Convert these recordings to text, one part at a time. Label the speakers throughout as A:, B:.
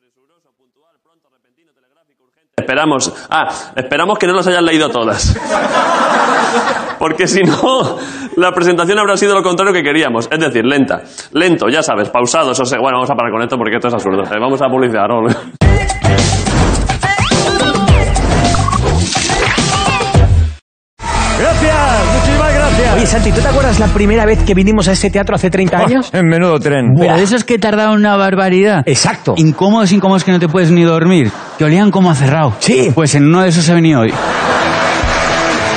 A: riguroso, puntual, pronto, repentino, telegráfico, urgente. Esperamos, ah, esperamos que no los hayan leído todas. Porque si no, la presentación habrá sido lo contrario que queríamos. Es decir, lenta. Lento, ya sabes, pausado, eso se... Bueno, vamos a parar con esto porque esto es absurdo. Eh, vamos a publicidad, ¿no?
B: Gracias, muchísimas gracias.
C: Oye, Santi, ¿tú te acuerdas la primera vez que vinimos a este teatro hace 30 años?
D: em,
B: en menudo tren.
E: Pero de esos que tardaron una barbaridad.
C: Exacto.
E: Incómodos, incómodos que no te puedes ni dormir. Que olían como a cerrado.
C: Sí.
E: Pues en uno de esos he venido hoy.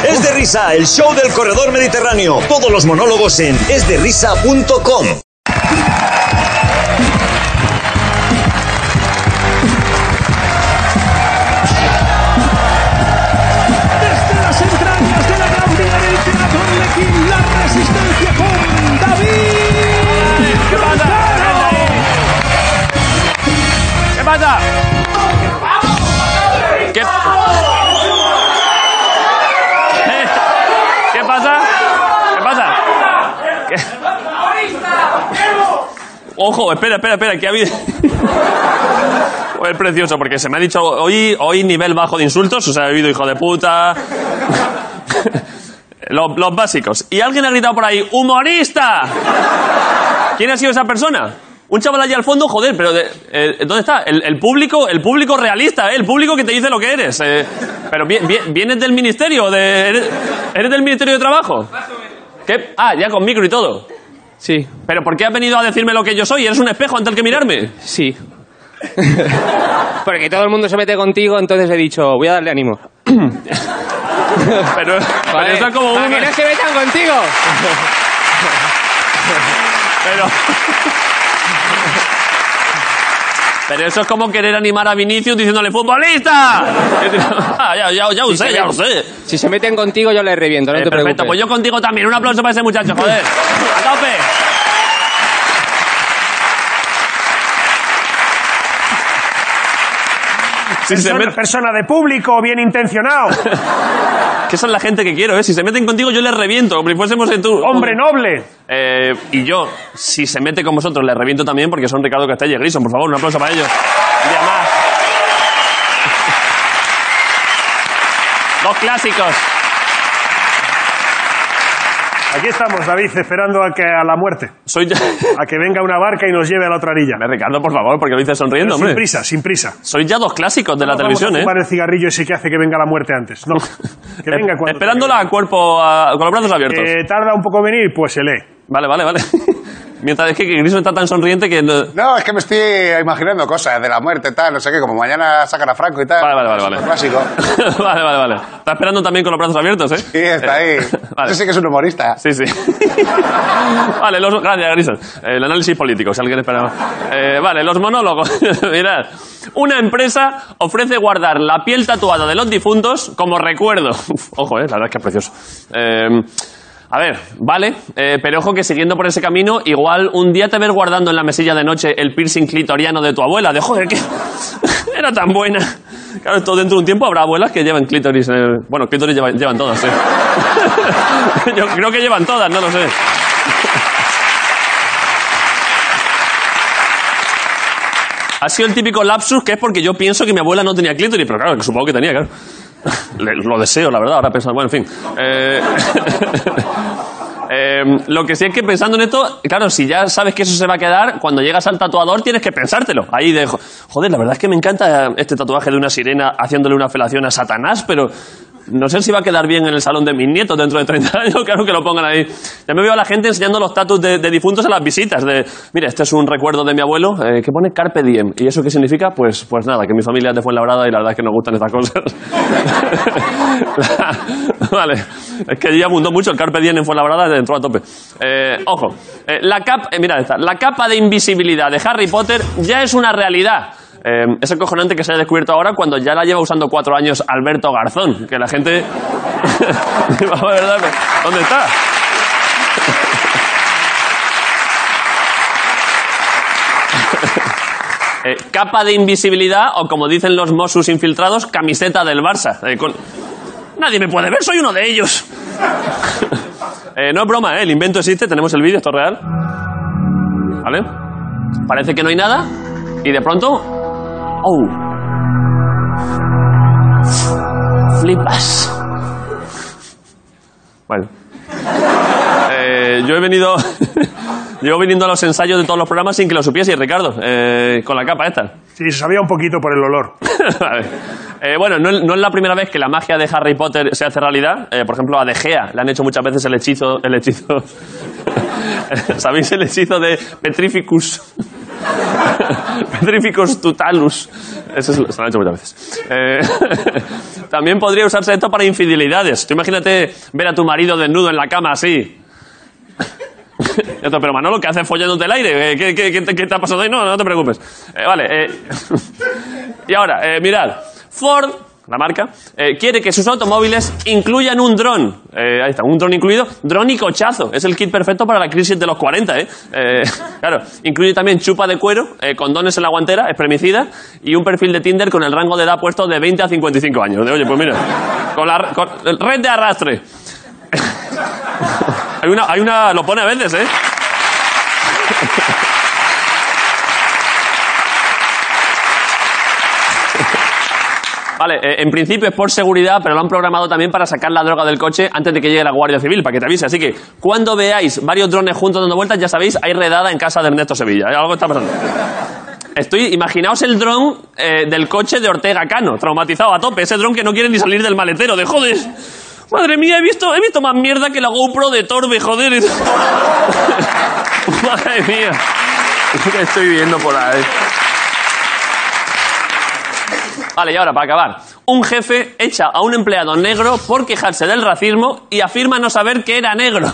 F: Es de Risa, el show del corredor mediterráneo. Todos los monólogos en esderisa.com.
D: Desde las entrañas de la Gran Vía del Teatro Arlequín, la resistencia con David Granado.
A: ¿Qué pasa? ¿Qué, Eh, ¿Qué pasa? ¿Qué pasa? ¿Qué- Ojo, espera, espera, espera, que ha habido... Joder, Es precioso, porque se me ha dicho hoy, hoy nivel bajo de insultos, o sea, ha habido hijo de puta. Los, los básicos. Y alguien ha gritado por ahí, ¡humorista! ¿Quién ha sido esa persona? Un chaval allí al fondo, joder, pero de- eh, ¿dónde está? El, el público, el público realista, ¿eh? el público que te dice lo que eres. eh. pero vi- vi- vienes del ministerio, de, eres, eres del ministerio de trabajo. ¿Qué? Ah, ya con micro y todo.
G: Sí,
A: Pero ¿por qué has venido a decirme lo que yo soy? Eres un espejo ante el que mirarme.
G: sí. Porque todo el mundo se mete contigo, entonces he dicho, voy a darle ánimo.
A: Pero, pero
G: Joder,
A: eso es como
G: para
A: un-
G: que no se metan contigo.
A: Pero... Pero eso es como querer animar a Vinicius diciéndole ¡Futbolista! Ah, ya, ya, ya lo
G: Sí,
A: sé,
G: sí,
A: ya
G: sí.
A: lo sé.
G: Si se meten contigo, yo les reviento, no
A: Eh,
G: te
A: perfecto, pues
G: preocupes.
A: yo contigo también. Un aplauso para ese muchacho, joder. ¡A tope! Si se
B: Persona,
A: met-
B: persona de público, bien intencionado,
A: Que esa es la gente que quiero, ¿eh? Si se meten contigo, yo les reviento. Como si fuésemos en tu.
B: hombre noble.
A: Eh, y yo, si se mete con vosotros, les reviento también porque son Ricardo Castella y Grison. Por favor, un aplauso para ellos. Un día más. Dos clásicos.
B: Aquí estamos, David, esperando a, que, a la muerte,
A: Soy yo.
B: a que venga una barca y nos lleve a la otra orilla.
A: Hombre, Ricardo, por favor, porque lo dices
B: Pero
A: sonriendo,
B: sin
A: hombre.
B: prisa, sin prisa.
A: Soy ya dos clásicos de la
B: No vamos
A: televisión,
B: a
A: ¿eh?
B: fumar el cigarrillo ese que hace que venga la muerte antes. No, que venga cuando... Eh,
A: Esperándola a cuerpo, a- con los brazos abiertos.
B: Que tarda un poco en venir, pues se lee.
A: Vale, vale, vale. Mientras es que Grison está tan sonriente que... no-
H: No, es que me estoy imaginando cosas de la muerte, tal, no sé qué, como mañana sacan a Franco y tal.
A: Vale, vale, vale,
H: es un
A: vale.
H: Clásico.
A: vale, vale, vale. Está esperando también con los brazos abiertos, ¿eh?
H: Sí, está ahí.
A: Vale.
H: Ese sí que es un humorista.
A: Sí, sí. vale, los... Gracias, Grison. El análisis político, si alguien esperaba. Eh, vale, los monólogos. Mirad. Una empresa ofrece guardar la piel tatuada de los difuntos como recuerdo. Uf, ojo, eh, la verdad es que es precioso. Eh, a ver, vale, eh, pero ojo que siguiendo por ese camino, igual un día te ves guardando en la mesilla de noche el piercing clitoriano de tu abuela. De joder, que era tan buena. Claro, esto dentro de un tiempo habrá abuelas que llevan clítoris. en el- Bueno, clítoris llevan, llevan todas, sí. Yo creo que llevan todas, no lo sé. Ha sido el típico lapsus que es porque yo pienso que mi abuela no tenía clítoris, pero claro, que supongo que tenía, claro. Le- lo deseo, la verdad, ahora pensando, bueno, en fin. Eh, eh, lo que sí es que pensando en esto, claro, si ya sabes que eso se va a quedar, cuando llegas al tatuador tienes que pensártelo. Ahí de, jo- joder, la verdad es que me encanta este tatuaje de una sirena haciéndole una felación a Satanás, pero no sé si va a quedar bien en el salón de mis nietos dentro de 30 años, claro que lo pongan ahí. Ya me veo a la gente enseñando los tatus de, de difuntos a las visitas, de, mira, este es un recuerdo de mi abuelo, eh, que pone Carpe Diem. ¿Y eso qué significa? Pues, pues nada, que mi familia es de Fuenlabrada y la verdad es que nos gustan estas cosas. La- vale, es que allí abundó mucho el Carpe Diem en Fuenlabrada, entró a tope. Eh, ojo, Eh, la capa, eh, mira esta, la capa de invisibilidad de Harry Potter ya es una realidad. Eh, es acojonante que se haya descubierto ahora cuando ya la lleva usando cuatro años Alberto Garzón. Que la gente. Vamos, de verdad, ¿Dónde está? Eh, capa de invisibilidad o, como dicen los Mossus infiltrados, camiseta del Barça. Eh, con- Nadie me puede ver, soy uno de ellos. Eh, no es broma, ¿eh? el invento existe, tenemos el vídeo, esto es real. ¿Vale? Parece que no hay nada y de pronto Oh. Flipas. Bueno. Eh, yo he venido. Llevo viniendo a los ensayos de todos los programas sin que lo supiese, Ricardo. eh, con la capa esta.
B: Sí, se sabía un poquito por el olor.
A: Vale. Eh, bueno, no, es- no es la primera vez que la magia de Harry Potter se hace realidad. Eh, por ejemplo, a De Gea le han hecho muchas veces el hechizo. El hechizo ¿Sabéis el hechizo de Petrificus? Petrificus totalus. Eso es lo- se lo han hecho muchas veces. Eh, también podría usarse esto para infidelidades. Tú imagínate ver a tu marido desnudo en la cama así. Esto, pero Manolo, ¿qué haces follándote el aire? Eh, ¿Qué, qué- qué te, qué te ha pasado ahí? No, no te preocupes. Eh, vale. eh, y ahora, eh, mirad. Ford, la marca, eh, quiere que sus automóviles incluyan un dron. Eh, ahí está, un dron incluido. Dron y cochazo. Es el kit perfecto para la crisis de los 40, ¿eh? Eh, claro, incluye también chupa de cuero, eh, condones en la guantera, espermicida y un perfil de Tinder con el rango de edad puesto de 20 a 55 años. De, Oye, pues mira, con la con- red de arrastre. Hay una, hay una, lo pone a veces, ¿eh? Vale, eh, en principio es por seguridad, pero lo han programado también para sacar la droga del coche antes de que llegue la Guardia Civil, para que te avise. Así que, cuando veáis varios drones juntos dando vueltas, ya sabéis, hay redada en casa de Ernesto Sevilla. ¿eh? Algo está pasando. Estoy, imaginaos el dron eh, del coche de Ortega Cano, traumatizado a tope. Ese dron que no quiere ni salir del maletero, de joder. Madre mía, he visto, he visto más mierda que la GoPro de Torbe, joder. Madre mía. Lo que estoy viendo por ahí. Vale, y ahora, para acabar. Un jefe echa a un empleado negro por quejarse del racismo y afirma no saber que era negro.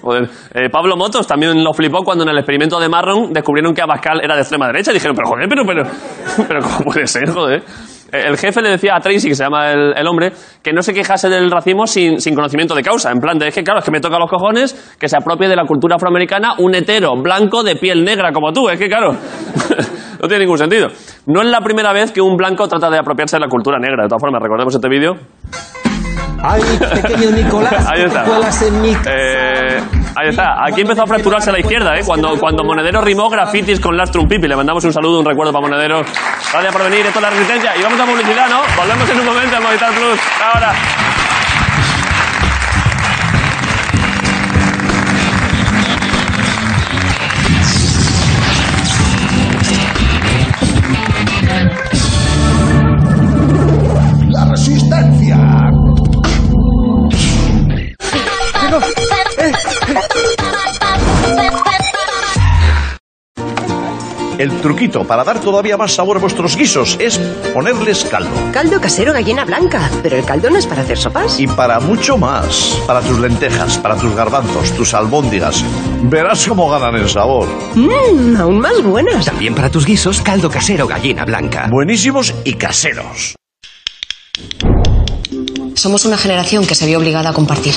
A: Joder, eh, Pablo Motos también lo flipó cuando en el experimento de Marron descubrieron que Abascal era de extrema derecha. Dijeron, pero joder, pero, pero, pero ¿cómo puede ser, joder? Eh, El jefe le decía a Tracy, que se llama el, el hombre, que no se quejase del racismo sin, sin conocimiento de causa. En plan, de, es que claro, es que me toca los cojones que se apropie de la cultura afroamericana un hetero blanco de piel negra como tú. Es que claro, no tiene ningún sentido. No es la primera vez que un blanco trata de apropiarse de la cultura negra. De todas formas, recordemos este vídeo.
I: Ay, pequeño Nicolás,
A: Ahí está.
I: te cuelas en mi casa.
A: Eh, ahí está. Aquí empezó a fracturarse la izquierda, ¿eh? Cuando, cuando Monedero rimó grafitis con Lastrum Pipi. Le mandamos un saludo, un recuerdo para Monedero. Gracias por venir. Esto es La Resistencia. Y vamos a publicidad, ¿no? Volvemos en un momento a Movistar Plus. Ahora.
F: Eh, El truquito para dar todavía más sabor a vuestros guisos es ponerles caldo.
J: Caldo casero gallina blanca, pero el caldo no es para hacer sopas.
F: Y para mucho más, para tus lentejas, para tus garbanzos, tus albóndigas, verás cómo ganan en sabor.
J: Mmm, aún más buenas.
I: También para tus guisos, caldo casero gallina blanca.
F: Buenísimos y caseros.
J: Somos una generación que se vio obligada a compartir.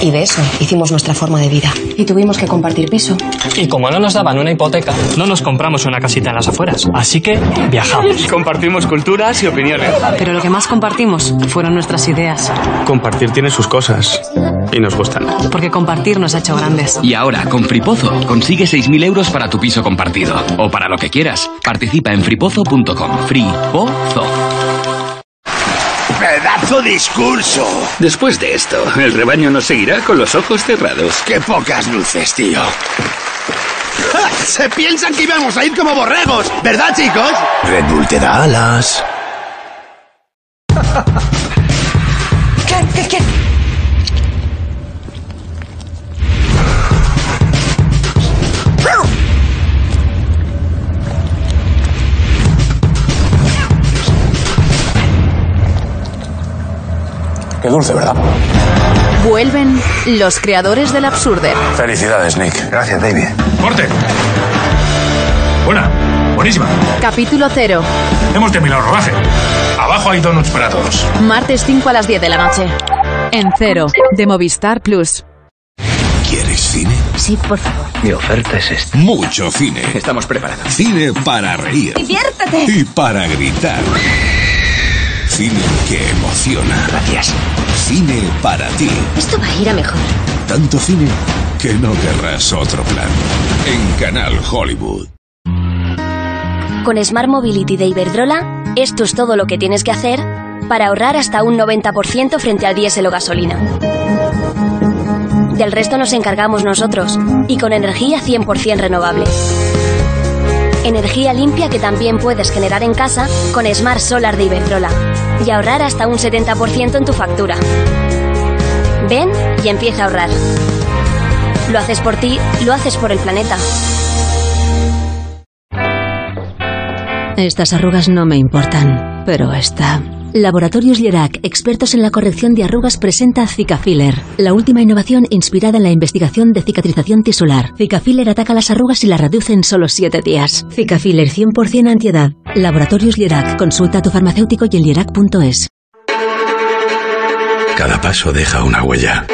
J: Y de eso hicimos nuestra forma de vida. Y tuvimos que compartir piso.
I: Y como no nos daban una hipoteca, no nos compramos una casita en las afueras. Así que viajamos.
G: Compartimos culturas y opiniones.
J: Pero lo que más compartimos fueron nuestras ideas.
I: Compartir tiene sus cosas. Y nos gustan.
J: Porque compartir nos ha hecho grandes.
A: pues
K: Y ahora, con Fripozo, consigue 6.000 euros para tu piso compartido. O para lo que quieras. Participa en fripozo.com. Fripozo.
I: ¡Pedazo discurso!
K: Después de esto, el rebaño nos seguirá con los ojos cerrados.
I: ¡Qué pocas luces, tío! ¡Ja! Se piensan que íbamos a ir como borregos, ¿verdad, chicos? Red Bull te da alas.
H: Qué dulce, ¿verdad?
J: Vuelven los creadores del absurde.
H: Felicidades, Nick. Gracias, David.
B: ¡Corte! Buena, buenísima.
J: Capítulo 0.
B: Hemos terminado el rodaje. Abajo hay donuts para todos.
J: Martes 5 a las 10 de la noche. En cero, de Movistar Plus.
I: ¿Quieres cine?
J: Sí, por favor.
K: Mi oferta es esta.
I: Mucho cine.
K: Estamos preparados.
I: Cine para reír
J: ¡Diviértete!
I: y para gritar. Cine que emociona.
K: Gracias.
I: Cine para ti.
J: Esto va a ir a mejor.
I: Tanto cine que no querrás otro plan. En Canal Hollywood.
L: Con Smart Mobility de Iberdrola, esto es todo lo que tienes que hacer para ahorrar hasta un 90% frente al diésel o gasolina. Del resto nos encargamos nosotros y con energía 100% renovable. Energía limpia que también puedes generar en casa con Smart Solar de Iberdrola y ahorrar hasta un 70% en tu factura. Ven y empieza a ahorrar. Lo haces por ti, lo haces por el planeta.
M: Estas arrugas no me importan, pero esta.
N: Laboratorios Lierac, expertos en la corrección de arrugas, presenta Zicafiller, la última innovación inspirada en la investigación de cicatrización tisular. Zicafiller ataca las arrugas y las reduce en solo 7 días. Zicafiller 100% antiedad. Laboratorios Lierac, consulta a tu farmacéutico y en lierac.es.
O: Cada paso deja una huella.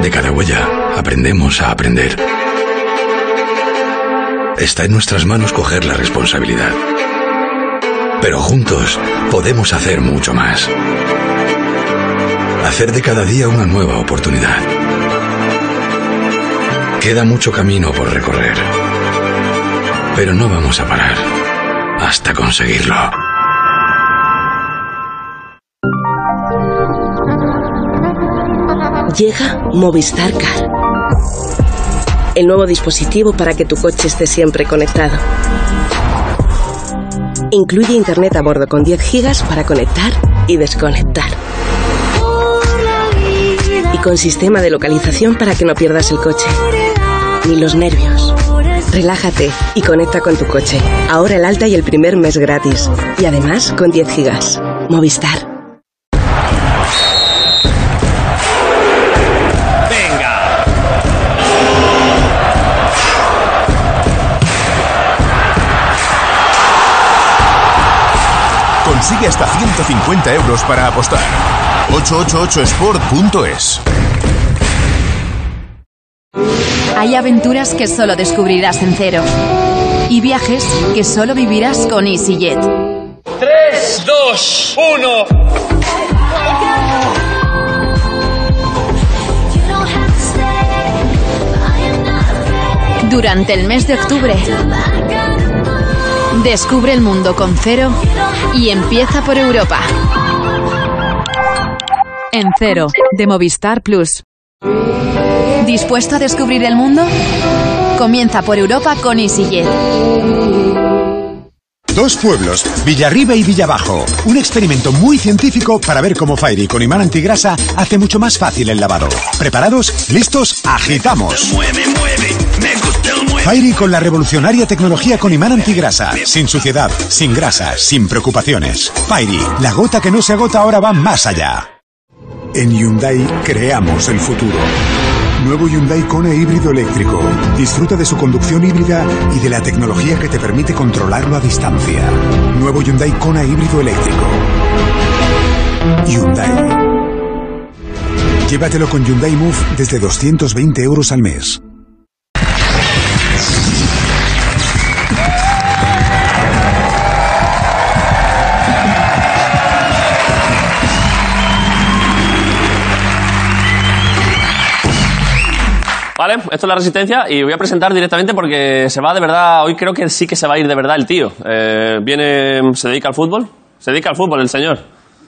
O: De cada huella aprendemos a aprender. Está en nuestras manos coger la responsabilidad. Pero juntos podemos hacer mucho más. Hacer de cada día una nueva oportunidad. Queda mucho camino por recorrer. Pero no vamos a parar hasta conseguirlo.
P: Llega Movistar Car. El nuevo dispositivo para que tu coche esté siempre conectado. Incluye internet a bordo con 10 gigas para conectar y desconectar. Y con sistema de localización para que no pierdas el coche. Ni los nervios. Relájate y conecta con tu coche. Ahora el alta y el primer mes gratis. Y además con 10 gigas. Movistar.
D: Venga.
Q: Consigue hasta 150 euros para apostar. 888sport.es
R: Hay aventuras que solo descubrirás en cero y viajes que solo vivirás con EasyJet.
D: 3, 2, 1.
R: Durante el mes de octubre, descubre el mundo con cero y empieza por Europa. En cero, de Movistar Plus. ¿Dispuesto a descubrir el mundo? Comienza por Europa con EasyJet.
S: Dos pueblos, Villarriba y Villabajo. Un experimento muy científico para ver cómo Fairy con imán antigrasa hace mucho más fácil el lavado. ¿Preparados? ¿Listos? ¡Agitamos!
I: Mueve, mueve, me gusta el mueve.
S: Fairy con la revolucionaria tecnología con imán antigrasa. Sin suciedad, sin grasa, sin preocupaciones. Fairy, la gota que no se agota ahora va más allá. En Hyundai creamos el futuro. Nuevo Hyundai Kona híbrido eléctrico. Disfruta de su conducción híbrida y de la tecnología que te permite controlarlo a distancia. Nuevo Hyundai Kona híbrido eléctrico. Hyundai. Llévatelo con Hyundai Move desde 220 euros al mes.
A: Vale, esto es la resistencia y voy a presentar directamente porque se va de verdad, hoy creo que sí que se va a ir de verdad el tío. Eh, viene, se dedica al fútbol, se dedica al fútbol el señor.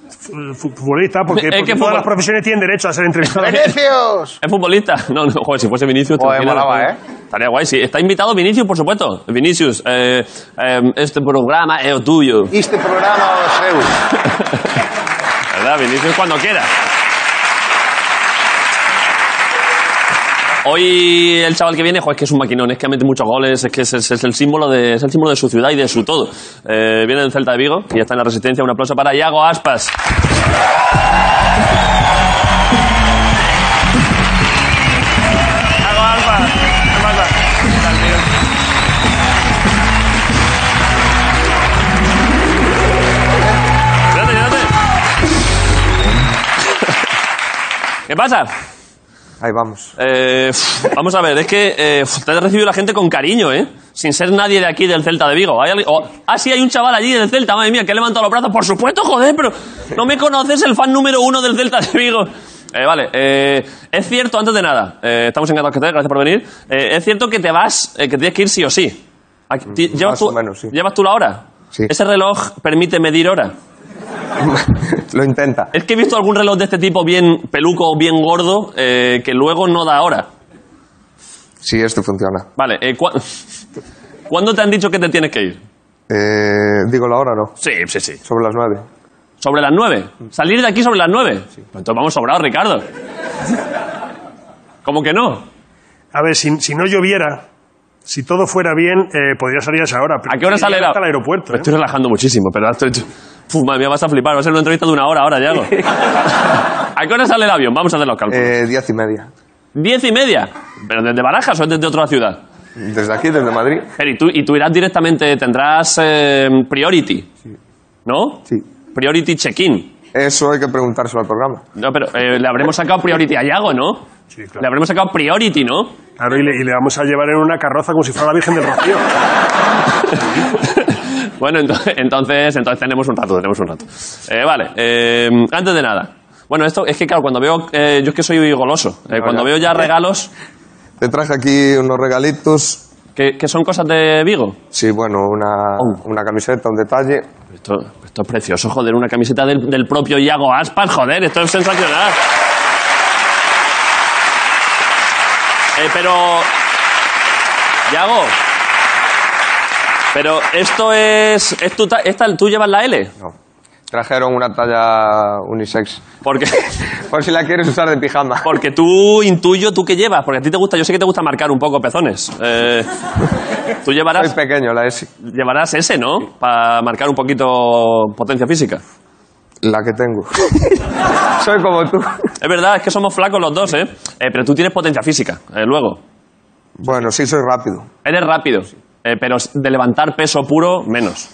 B: Fu- Futbolista, porque, porque
A: Eh, ¿qué
B: todas
A: fútbol?
B: las profesiones tienen derecho a ser entrevistados.
A: ¡Vinicius! Es futbolista. No, no, joder, si fuese Vinicius... te
H: Joder,
A: imaginas,
H: molaba, ¿eh?
A: joder. Estaría guay, sí. Está invitado Vinicius, por supuesto. Vinicius, eh, eh, este programa es tuyo.
H: Este programa os
A: ¿Verdad? Vinicius cuando quiera. Hoy el chaval que viene, jo, es que es un maquinón, es que mete muchos goles, es que es, es- es el símbolo de, es el símbolo de su ciudad y de su todo. Eh, viene del Celta de Vigo y está en la Resistencia. Un aplauso para Iago Aspas. Espérate, espérate. ¿Qué pasa?
T: Ahí vamos.
A: Eh, pf, vamos a ver, es que eh, pf, te ha recibido la gente con cariño, ¿eh? Sin ser nadie de aquí del Celta de Vigo. Hay alguien- oh, ah, sí, hay un chaval allí del Celta, madre mía, que ha levantado los brazos. Por supuesto, joder, pero no me conoces el fan número uno del Celta de Vigo. Eh, vale, eh, es cierto, antes de nada, eh, estamos encantados que estés, gracias por venir. Eh, es cierto que te vas, eh, que tienes que ir sí o sí. Aquí- ti- ¿Llevas
T: Mm, más
A: tú,
T: o menos, sí.
A: ¿Llevas tú la hora?
T: Sí.
A: ¿Ese reloj permite medir hora?
T: Lo intenta.
A: Es que he visto algún reloj de este tipo bien peluco o bien gordo eh, que luego no da hora.
T: Sí, esto funciona.
A: Vale, eh, ¿cuá- ¿cuándo te han dicho que te tienes que ir?
T: Eh, digo la hora, ¿no?
A: Sí, sí, sí.
T: Sobre las nueve.
A: ¿Sobre las nueve? ¿Salir de aquí sobre las nueve? Pues Entonces vamos sobrados, Ricardo. ¿Cómo que no?
B: A ver, si, si no lloviera, si todo fuera bien, eh, podría salir a esa hora. pero
A: ¿A qué hora sale
B: llegar
A: la-
B: Hasta el aeropuerto. ¿eh?
A: Me estoy relajando muchísimo, pero estoy... Uf, madre mía, vas a flipar. Va a ser una entrevista de una hora ahora, Yago. ¿A qué hora sale el avión? Vamos a hacer los cálculos.
T: Eh, diez y media.
A: ¿Diez y media? ¿Pero desde Barajas o desde otra ciudad?
T: Desde aquí, desde Madrid.
A: Pero, ¿y, tú, y tú irás directamente, tendrás eh, priority, ¿no?
T: Sí.
A: Priority check-in.
T: Eso hay que preguntárselo al programa.
A: No, pero eh, le habremos sacado priority a Yago, ¿no? Le habremos sacado priority, ¿no?
B: Claro, y le, y le vamos a llevar en una carroza como si fuera la Virgen del Rocío.
A: Bueno, ento- entonces, entonces tenemos un rato, tenemos un rato. Eh, vale, eh, antes de nada. Bueno, esto es que claro, cuando veo, eh, yo es que soy goloso. Eh,
T: Ya,
A: cuando
T: ya.
A: veo ya regalos
T: Te traje aquí unos regalitos.
A: que, que son cosas de Vigo.
T: Sí, bueno, una, una camiseta, un detalle.
A: Esto, esto es precioso, joder, una camiseta del, del propio Iago Aspas, joder, esto es sensacional. Eh, pero, Iago, pero esto es, es tu ta- esta, tú llevas la L.
T: Trajeron una talla unisex.
A: ¿Por qué?
T: Por si la quieres usar de pijama.
A: Porque tú intuyo tú que llevas, porque a ti te gusta, yo sé que te gusta marcar un poco pezones. Eh, tú llevarás.
T: Soy pequeño, la S.
A: Llevarás ese, ¿no? Para marcar un poquito potencia física.
T: La que tengo. Soy como tú.
A: Es verdad, es que somos flacos los dos, ¿eh? Eh, pero tú tienes potencia física, eh, luego.
T: Bueno, sí, soy rápido.
A: Eres rápido, eh, pero de levantar peso puro, menos.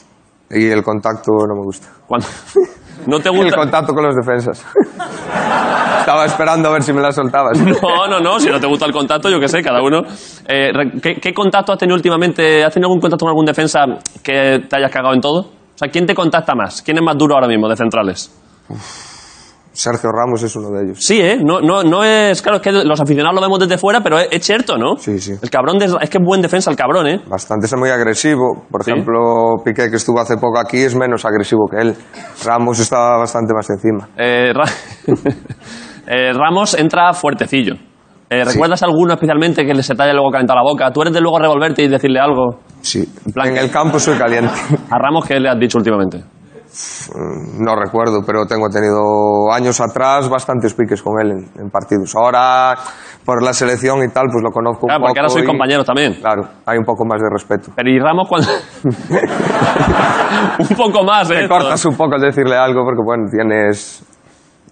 T: Y el contacto no me gusta.
A: Cuando- ¿No te gusta?
T: El contacto con los defensas. Estaba esperando a ver si me la soltabas.
A: No, no, no, si no te gusta el contacto, yo qué sé, cada uno. Eh, re- ¿qué, qué contacto has tenido últimamente? ¿Has tenido algún contacto con algún defensa que te hayas cagado en todo? O sea, ¿quién te contacta más? ¿Quién es más duro ahora mismo de centrales?
T: Sergio Ramos es uno de ellos.
A: Sí, ¿eh? No, no, no es. Claro, es que los aficionados lo vemos desde fuera, pero es, es cierto, ¿no? Sí, sí. El cabrón de- es que es buen defensa el cabrón, ¿eh?
T: Bastante es muy agresivo. Por ejemplo, Piqué, que estuvo hace poco aquí, es menos agresivo que él. Ramos estaba bastante más encima.
A: Eh, Ra- Eh, Ramos entra fuertecillo. Eh, ¿Recuerdas alguno especialmente que se te haya luego calentado la boca? ¿Tú eres de luego revolverte y decirle algo?
T: Sí. en el campo soy caliente.
A: ¿A Ramos qué le has dicho últimamente?
T: Mm, No recuerdo, pero tengo tenido años atrás bastantes piques con él en, en partidos. Ahora, por la selección y tal, pues lo conozco
A: Claro,
T: un poco.
A: porque ahora sois
T: y-
A: compañeros también.
T: Claro, hay un poco más de respeto.
A: Pero ¿y Ramos cuando...? un poco más, ¿eh?
T: Te cortas un poco al decirle algo porque, bueno, tienes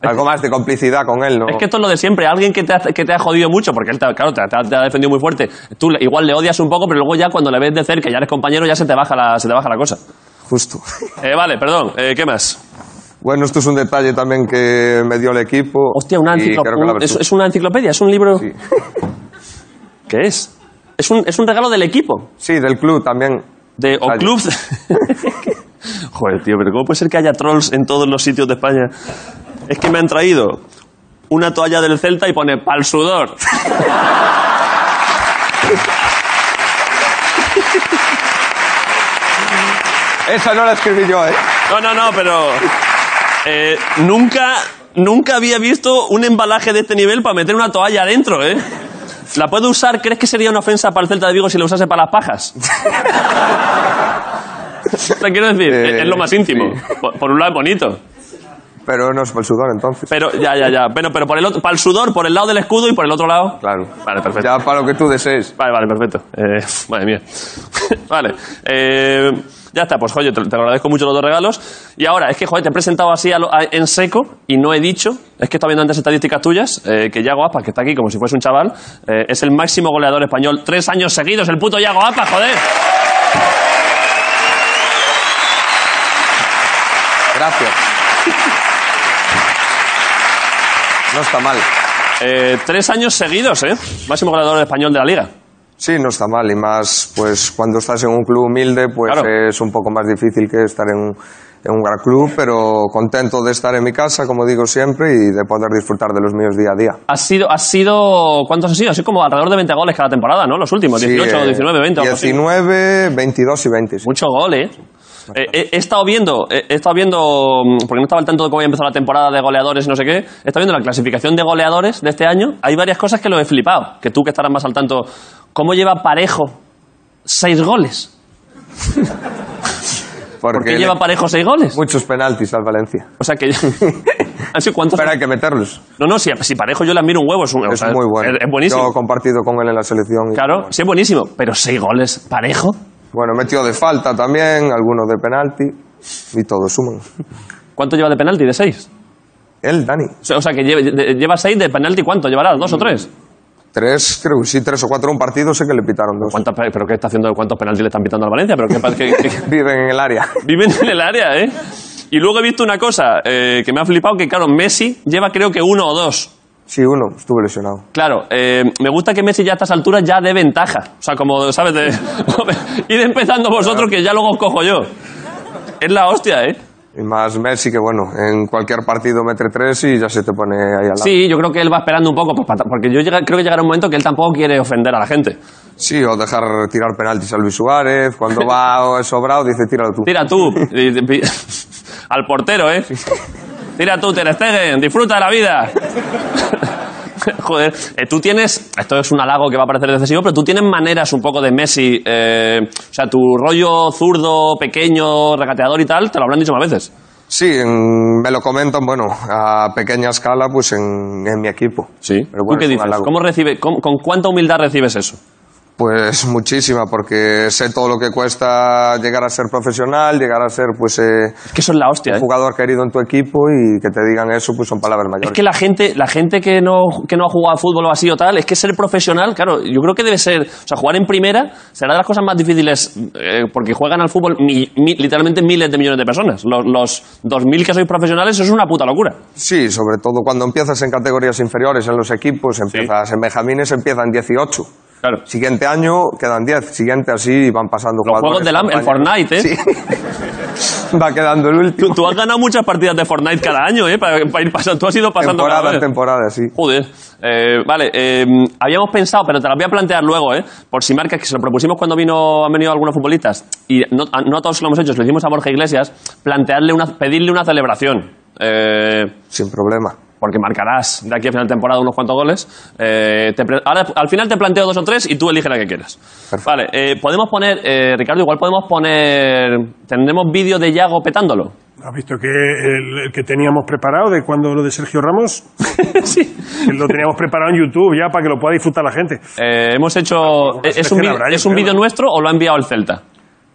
T: algo más de complicidad con él, ¿no?
A: Es que esto es lo de siempre. Alguien que te ha, que te ha jodido mucho, porque él, te, ha- claro, te, ha- te ha defendido muy fuerte. Tú le- igual le odias un poco, pero luego ya cuando le ves de cerca, ya eres compañero, ya se te baja la, se te baja la cosa.
T: Justo.
A: Eh, vale, perdón. Eh, ¿Qué más?
T: Bueno, esto es un detalle también que me dio el equipo.
A: Hostia, una
T: y
A: enciclo-
T: creo que la
A: un-
T: versión-
A: es, es una enciclopedia, es un libro... ¿Qué es? Es un, es un regalo del equipo.
T: Sí, del club también.
A: De, o
T: Vaya.
A: club... Joder, tío, pero ¿cómo puede ser que haya trolls en todos los sitios de España? Es que me han traído una toalla del Celta y pone pal sudor.
T: Esa no la escribí yo, ¿eh?
A: No, no, no, pero. eh, nunca, nunca había visto un embalaje de este nivel para meter una toalla adentro, ¿eh? ¿La puedo usar? ¿Crees que sería una ofensa para el Celta de Vigo si la usase para las pajas? Te quiero decir, es- es
T: Eh,
A: lo más íntimo. Por, por un lado es bonito.
T: Pero no es por el sudor, entonces.
A: Pero, ya, ya, ya. Pero, pero por el otro, para el sudor, por el lado del escudo y por el otro lado.
T: Claro.
A: Vale, perfecto.
T: Ya para lo que tú desees.
A: Vale, vale, perfecto. Eh, madre mía. vale. eh, ya está, pues oye, te, te agradezco mucho los dos regalos. Y ahora, es que, joder, te he presentado así a lo- a- en seco y no he dicho, es que estaba viendo antes estadísticas tuyas, eh, que Yago Aspas, que está aquí como si fuese un chaval, eh, es el máximo goleador español tres años seguidos, el puto Yago Aspas, joder.
T: Gracias. No está mal.
A: Eh, tres años seguidos, ¿eh? Máximo goleador español de la liga.
T: Sí, no está mal. Y más, pues cuando estás en un club humilde, pues
A: Claro.
T: es un poco más difícil que estar en, en un gran club, pero contento de estar en mi casa, como digo siempre, y de poder disfrutar de los míos día a día.
A: Has sido, has sido, ¿cuántos has sido? Así como alrededor de 20 goles cada temporada, ¿no? Los últimos,
T: Sí,
A: 18,
T: eh,
A: 19, 20. algo así.
T: 19, 22 y 20. sí.
A: Muchos goles. Eh, eh, he estado viendo, eh, he estado viendo, mm, porque no estaba al tanto de cómo había empezado la temporada de goleadores, no sé qué, he estado viendo la clasificación de goleadores de este año. Hay varias cosas que lo he flipado, que tú que estarás más al tanto. ¿Cómo lleva Parejo seis goles?
T: Porque
A: ¿Por qué lleva Parejo seis goles?
T: Muchos penaltis al Valencia.
A: O sea que... ¿Así cuántos?
T: Pero hay que meterlos.
A: No, no, si, si Parejo yo le admiro un huevo. Es, un- o
T: Es
A: sea,
T: muy bueno.
A: Es, es buenísimo.
T: Yo he compartido con él en la selección. y-
A: Claro, sí es buenísimo, pero seis goles Parejo.
T: Bueno, metió de falta también, algunos de penalti y todo suman.
A: ¿Cuánto lleva de penalti? ¿De seis?
T: Él, Dani.
A: O sea, o sea que lleva, de- lleva seis de penalti, ¿cuánto llevará? ¿Dos o tres?
T: Tres, creo que sí, tres o cuatro un partido, sé que le pitaron dos.
A: ¿Cuántas pe- ¿Pero qué está haciendo? ¿Cuántos penaltis le están pitando al Valencia? Pero qué, pa- qué- qué-
T: Viven en el área.
A: viven en el área, ¿eh? Y luego he visto una cosa eh, que me ha flipado, que claro, Messi lleva creo que uno o dos.
T: Sí, uno, estuve lesionado.
A: Claro, eh, me gusta que Messi ya a estas alturas ya dé ventaja. O sea, como, ¿sabes? De, id empezando vosotros que ya luego os cojo yo. Es la hostia, ¿eh?
T: Y más Messi, que bueno, en cualquier partido mete tres y ya se te pone ahí al lado.
A: Sí, yo creo que él va esperando un poco, pues, para- porque yo llega- creo que llegará un momento que él tampoco quiere ofender a la gente.
T: Sí, o dejar tirar penaltis a Luis Suárez. Cuando va sobrado, dice, tíralo tú.
A: Tira tú. Y- y- Al portero, ¿eh? Tira tú, Ter Stegen. Disfruta de la vida. Joder, eh, tú tienes, esto es un halago que va a parecer excesivo, pero tú tienes maneras un poco de Messi, eh, o sea, tu rollo zurdo, pequeño, regateador y tal, te lo habrán dicho más veces.
T: Sí, en- me lo comentan, bueno, a pequeña escala, pues en, en mi equipo.
A: Sí.
T: Pero bueno,
A: ¿Tú qué
T: es un
A: dices?
T: halago.
A: ¿Cómo recibe, cómo- ¿Con cuánta humildad recibes eso?
T: Pues muchísima, porque sé todo lo que cuesta llegar a ser profesional, llegar a ser, pues, eh,
A: que eso es la hostia,
T: un
A: ¿eh?
T: jugador querido en tu equipo y que te digan eso, pues son palabras
A: Es
T: mayores.
A: que la gente, la gente que no, que no ha jugado a fútbol o así o tal, es que ser profesional, claro, yo creo que debe ser, o sea, jugar en primera será de las cosas más difíciles eh, porque juegan al fútbol mi- mi- literalmente miles de millones de personas. Los, los 2.000 que sois profesionales eso es una puta locura.
T: Sí, sobre todo cuando empiezas en categorías inferiores, en los equipos, empiezas en Benjamines, empiezan 18.
A: Claro.
T: Siguiente año quedan 10, siguiente así y van pasando
A: Los juegos del hambre, el Fortnite, ¿eh?
T: Va quedando el último.
A: Tú, tú has ganado muchas partidas de Fortnite cada año, ¿eh? Para, para ir pasando, tú has ido pasando cada
T: Temporada
A: vez.
T: en temporada, sí.
A: Joder. Eh, vale, eh, habíamos pensado, pero te las voy a plantear luego, ¿eh? Por si marcas, que se lo propusimos cuando vino, han venido algunos futbolistas, y no a, no a todos lo hemos hecho, se lo hicimos a Borja Iglesias, plantearle una, pedirle una celebración. Eh,
T: Sin problema.
A: porque marcarás de aquí a final de temporada unos cuantos goles. Eh, te pre- ahora, al final te planteo dos o tres y tú eliges la que quieras. Vale, eh, podemos poner, eh, Ricardo, igual podemos poner, tendremos vídeo de Yago petándolo.
B: ¿Has visto que el, el que teníamos preparado de cuando lo de Sergio Ramos?
A: sí.
B: Lo teníamos preparado en YouTube ya para que lo pueda disfrutar la gente.
A: Eh, hemos hecho. ¿Es, es un,
B: que la
A: vi-
B: habrá, yo
A: ¿es un
B: creo,
A: vídeo nuestro o lo ha enviado el Celta?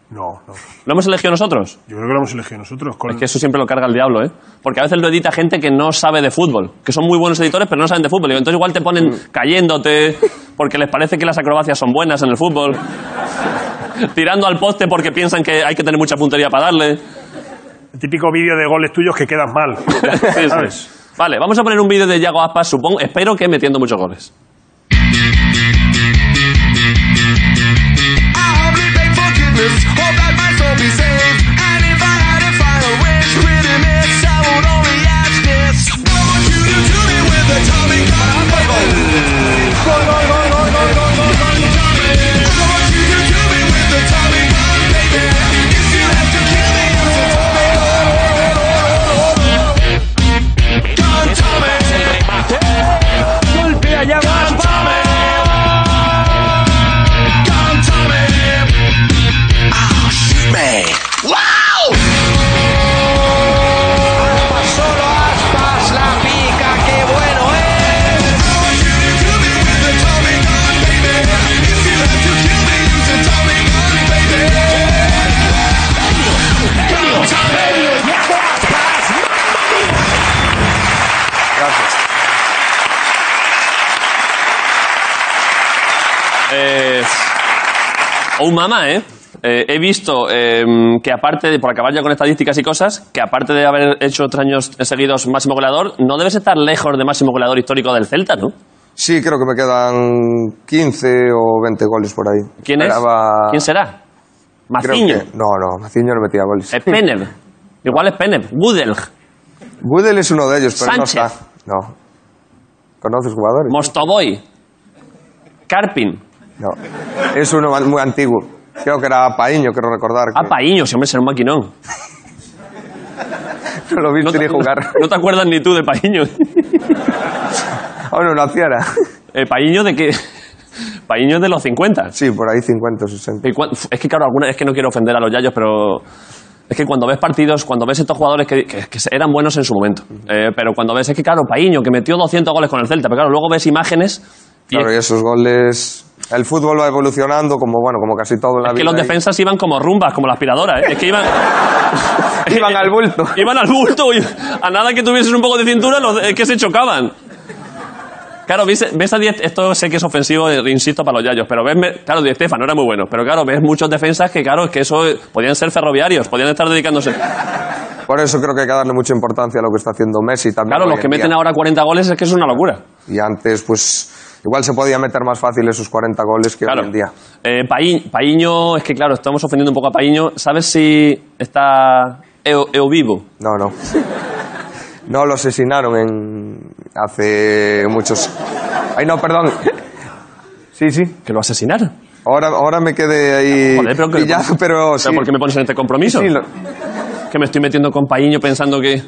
B: No, no.
A: ¿Lo hemos elegido nosotros?
B: Yo creo que lo hemos elegido nosotros. Con...
A: Es que eso siempre lo carga el diablo, ¿eh? Porque a veces lo edita gente que no sabe de fútbol, que son muy buenos editores, pero no saben de fútbol. Y entonces igual te ponen cayéndote, porque les parece que las acrobacias son buenas en el fútbol, tirando al poste porque piensan que hay que tener mucha puntería para darle.
B: El típico vídeo de goles tuyos que quedas mal.
A: Sí,
B: ¿Sabes?
A: sí. Vale, vamos a poner un vídeo de Yago Aspas, supongo, espero que metiendo muchos goles.
D: Golpea ya
I: ¡Wow!
A: Eh, un mamá, ¿eh? Eh, he visto eh, que aparte de, por acabar ya con estadísticas y cosas, que aparte de haber hecho tres años seguidos máximo goleador, no debes estar lejos de máximo goleador histórico del Celta, ¿no?
T: Sí, creo que me quedan 15 o 20 goles por ahí.
A: ¿Quién es?
T: Esperaba-
A: ¿Quién será?
T: creo
A: Maciño.
T: que- No, no, Maciño no metía goles.
A: Eh, Penner. Igual es Penep. Gudel.
T: Gudel es uno de ellos, pero
A: Sánchez.
T: no está. No. ¿Conoces jugadores?
A: Mostoboy. Carpin.
T: No. Es uno an- muy antiguo. Creo que era Paíño, quiero recordar.
A: Ah, Paíño, si hombre, será un maquinón.
T: No lo viste ni jugar.
A: No, te acuerdas ni tú de Paíño.
T: Oh, no, la fiera.
A: Eh, ¿Paíño de qué? Paíño de los 50.
T: Sí, por ahí 50 o 60.
A: Y cuan- Es que, claro, alguna, es que no quiero ofender a los yayos, pero es que cuando ves partidos, cuando ves estos jugadores que, que- que eran buenos en su momento, eh, pero cuando ves, es que, claro, Paíño, que metió 200 goles con el Celta, pero claro, luego ves imágenes y
T: Claro, y esos goles... El fútbol va evolucionando como, bueno, como casi todo en la
A: es que
T: vida.
A: los
T: y-
A: defensas iban como rumbas, como la aspiradora, ¿eh? es que iban...
T: Iban al bulto.
A: Iban al bulto, y a nada que tuvieses un poco de cintura, los, es que se chocaban. Claro, ves, ves a 10, esto sé que es ofensivo, eh, insisto, para los yayos, pero ves, me- claro, Di Estefano era muy bueno, pero claro, ves muchos defensas que, claro, es que eso eh, podían ser ferroviarios, podían estar dedicándose.
T: Por eso creo que hay que darle mucha importancia a lo que está haciendo Messi también.
A: Claro,
T: hoy
A: los que
T: en día.
A: meten ahora 40 goles es que es una locura.
T: Y antes, pues, igual se podía meter más fácil esos 40 goles que hoy en día.
A: Eh, Paí- Paíño, es que claro, estamos ofendiendo un poco a Paíño. ¿Sabes si está eu, eu vivo?
T: No, no. No, lo asesinaron en... hace muchos... Ay, no, perdón. Sí, sí.
A: ¿Que lo asesinaron?
T: Ahora, ahora me quedé ahí
A: Joder, pero que-
T: pillado, pero
A: O sea,
T: sí.
A: ¿por qué me pones en este compromiso?
T: Sí, lo-
A: Que me estoy metiendo con Paíño pensando que...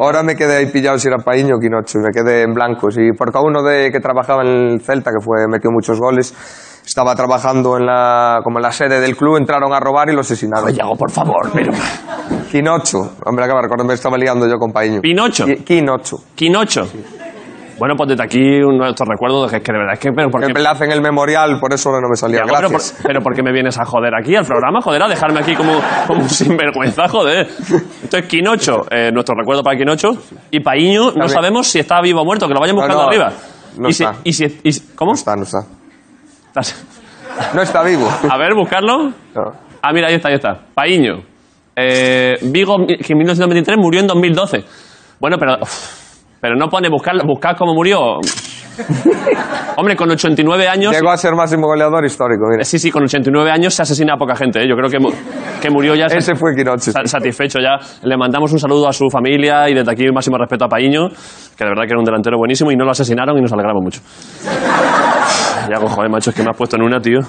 T: Ahora me quedé ahí pillado si era Paíño o Quinocho, me quedé en blanco. Sí, porque uno de que trabajaba en el Celta, que fue metió muchos goles, estaba trabajando en la, como en la sede del club, entraron a robar y lo asesinaron.
A: Yago, por favor, pero...
T: Quinocho, hombre, acaba de recordar, me estaba liando yo con Paíño.
A: Pinocho.
T: Qui- Quinocho.
A: Quinocho. Bueno, pues desde aquí un- nuestros recuerdos de que- que de verdad es que... Pero porque,
T: Que me la hacen el memorial, por eso ahora no me salía.
A: Yago, pero,
T: Gracias.
A: por, pero ¿por qué me vienes a joder aquí al programa? Joder, a dejarme aquí como, como un sinvergüenza, joder. Entonces, Quinocho, eh, nuestro recuerdo para Quinocho. Y Paíño, no
T: bien.
A: sabemos si está vivo o muerto, que lo vayan
T: No,
A: buscando
T: no,
A: arriba.
T: no
A: y si-
T: está.
A: y si- y si- ¿Cómo?
T: No está, no está.
A: Estás-
T: No está vivo.
A: A ver, buscarlo.
T: No.
A: Ah, mira, ahí está, ahí está. Paíño. Eh, Vigo, mi- que en 1993 murió en 2012. Bueno, pero. uf, pero no pone buscar, buscar cómo murió. Hombre, con 89 años.
T: Llegó a ser máximo goleador histórico, mira.
A: Sí, sí, con 89 años se asesina a poca gente. ¿eh? Yo creo que, mu- que murió ya.
T: Ese fue Quinocho.
A: sa- Satisfecho ya. Le mandamos un saludo a su familia y desde aquí el máximo respeto a Paíño, que de verdad que era un delantero buenísimo y no lo asesinaron y nos alegramos mucho. Ya, joder, macho, es que me has puesto en una, tío.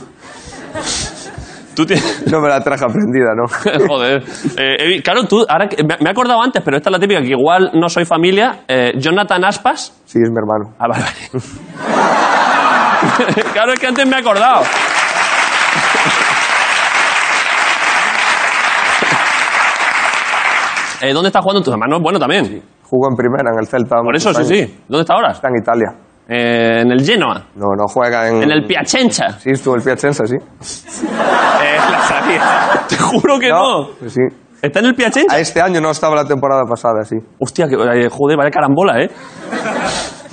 A: Tú tienes.
T: No me la traje aprendida, ¿no?
A: Joder. Eh, Evi, claro, tú, ahora que- me me he acordado antes, pero esta es la típica, que igual no soy familia. Eh, Jonathan Aspas.
T: Sí, es mi hermano.
A: Ah, vale, vale. claro, es que antes me he acordado. Eh, ¿Dónde está jugando tus hermanos? Bueno, también.
T: Jugó en primera en el Celta.
A: Por eso, sí, sí. ¿Dónde está ahora?
T: Está en Italia.
A: Eh, en el Genoa.
T: No, no juega en...
A: En el Piacenza.
T: Sí, estuvo en el Piacenza, sí.
A: Eh, la sabía. Te juro que no.
T: Pues sí.
A: ¿Está en el Piacenza?
T: A este año no estaba la temporada pasada, sí.
A: Hostia, que, eh, joder, vaya carambola, ¿eh?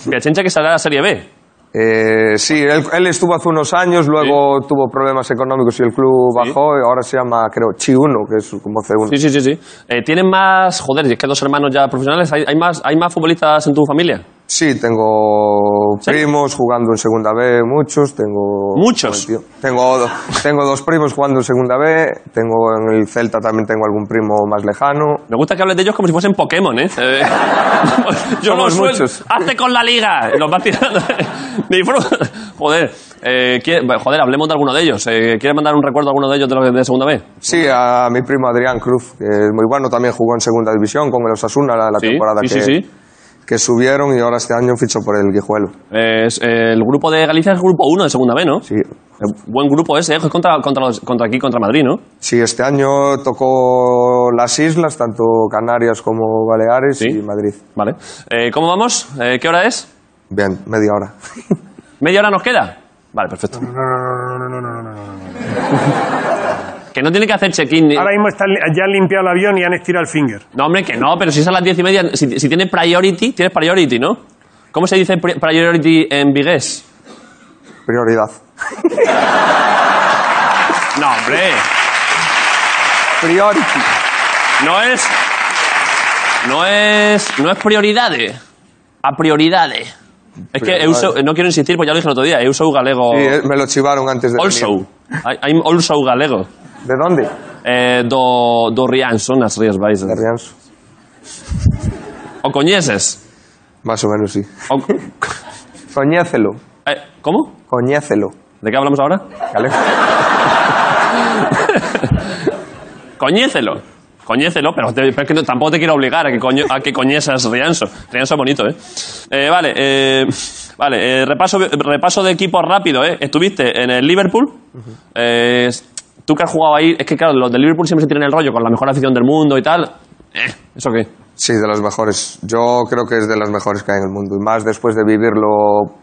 A: Piacenza que saldrá a la Serie B.
T: Eh, sí, él, él estuvo hace unos años, luego tuvo problemas económicos y el club bajó y ahora se llama, creo, Chi1, que es como C1.
A: Sí, sí, sí, sí. Eh, ¿Tienen más, joder, y es que dos hermanos ya profesionales, ¿hay, hay más, ¿hay más futbolistas en tu familia?
T: Sí, tengo primos jugando en segunda B, muchos, tengo...
A: Muchos.
T: Tío, Tengo, do- tengo dos primos jugando en segunda B, tengo en el Celta también tengo algún primo más lejano.
A: Me gusta que hables de ellos como si fuesen Pokémon, ¿eh? Eh, yo
T: Somos
A: los suelto.
T: muchos.
A: ¡Hazte con la liga! Y Los vas tirando. Disfruta. joder, eh, ¿quiere- bueno, joder, hablemos de alguno de ellos. Eh, ¿Quieres mandar un recuerdo a alguno de ellos de los de segunda B?
T: Sí, a mi primo Adrián Cruz, que es muy bueno, también jugó en segunda división con el Osasuna la, la
A: Sí,
T: temporada
A: sí,
T: que,
A: sí, sí.
T: que subieron y ahora este año fichó por el Guijuelo.
A: Eh, es- eh, el grupo de Galicia es el grupo 1 de segunda B, ¿no?
T: Sí.
A: Buen grupo ese, ¿eh? Es contra, contra, los- contra aquí, contra Madrid, ¿no?
T: Sí, este año tocó las islas, tanto Canarias como Baleares y Madrid.
A: Vale. Eh, ¿Cómo vamos? Eh, ¿Qué hora es?
T: Bien, media hora.
A: ¿Media hora nos queda? Vale, perfecto. Que no tiene que hacer check-in. ni-
B: Ahora mismo están, li- ya han limpiado el avión y han estirado el finger.
A: No, hombre, que no, pero si es a las diez y media, si, si tiene priority, tienes priority, ¿no? ¿Cómo se dice pri- priority en vigués?
T: Prioridad.
A: No, hombre,
T: Priority.
A: no es. No es. No es prioridades. A prioridades. Es que
T: Prioridades.
A: eu sou- no quiero insistir, pues ya lo dije el otro día, eu sou galego.
T: Sí, eh, me lo chivaron antes de venir.
A: also. I- I'm also galego.
T: ¿De dónde?
A: eh, do, do Rianxo nas Rías Baixas? De
T: Rianxo.
A: O coñeses?
T: Más o menos, sí.
A: O...
T: Coñécelo.
A: Eh, como?
T: Coñécelo.
A: De que hablamos ahora?
T: Galego.
A: Coñécelo. Coñécelo, pero, te- pero es que no- tampoco te quiero obligar a que, coño- a que coñesas Rianso. Rianso es bonito, ¿eh? Eh, vale, eh, vale eh, repaso, repaso de equipos rápido, ¿eh? Estuviste en el Liverpool. Eh, tú que has jugado ahí, es que claro, los del Liverpool siempre se tienen el rollo con la mejor afición del mundo y tal. Eh, ¿Eso qué?
T: Sí, de las mejores. Yo creo que es de las mejores que hay en el mundo. Y más después de vivirlo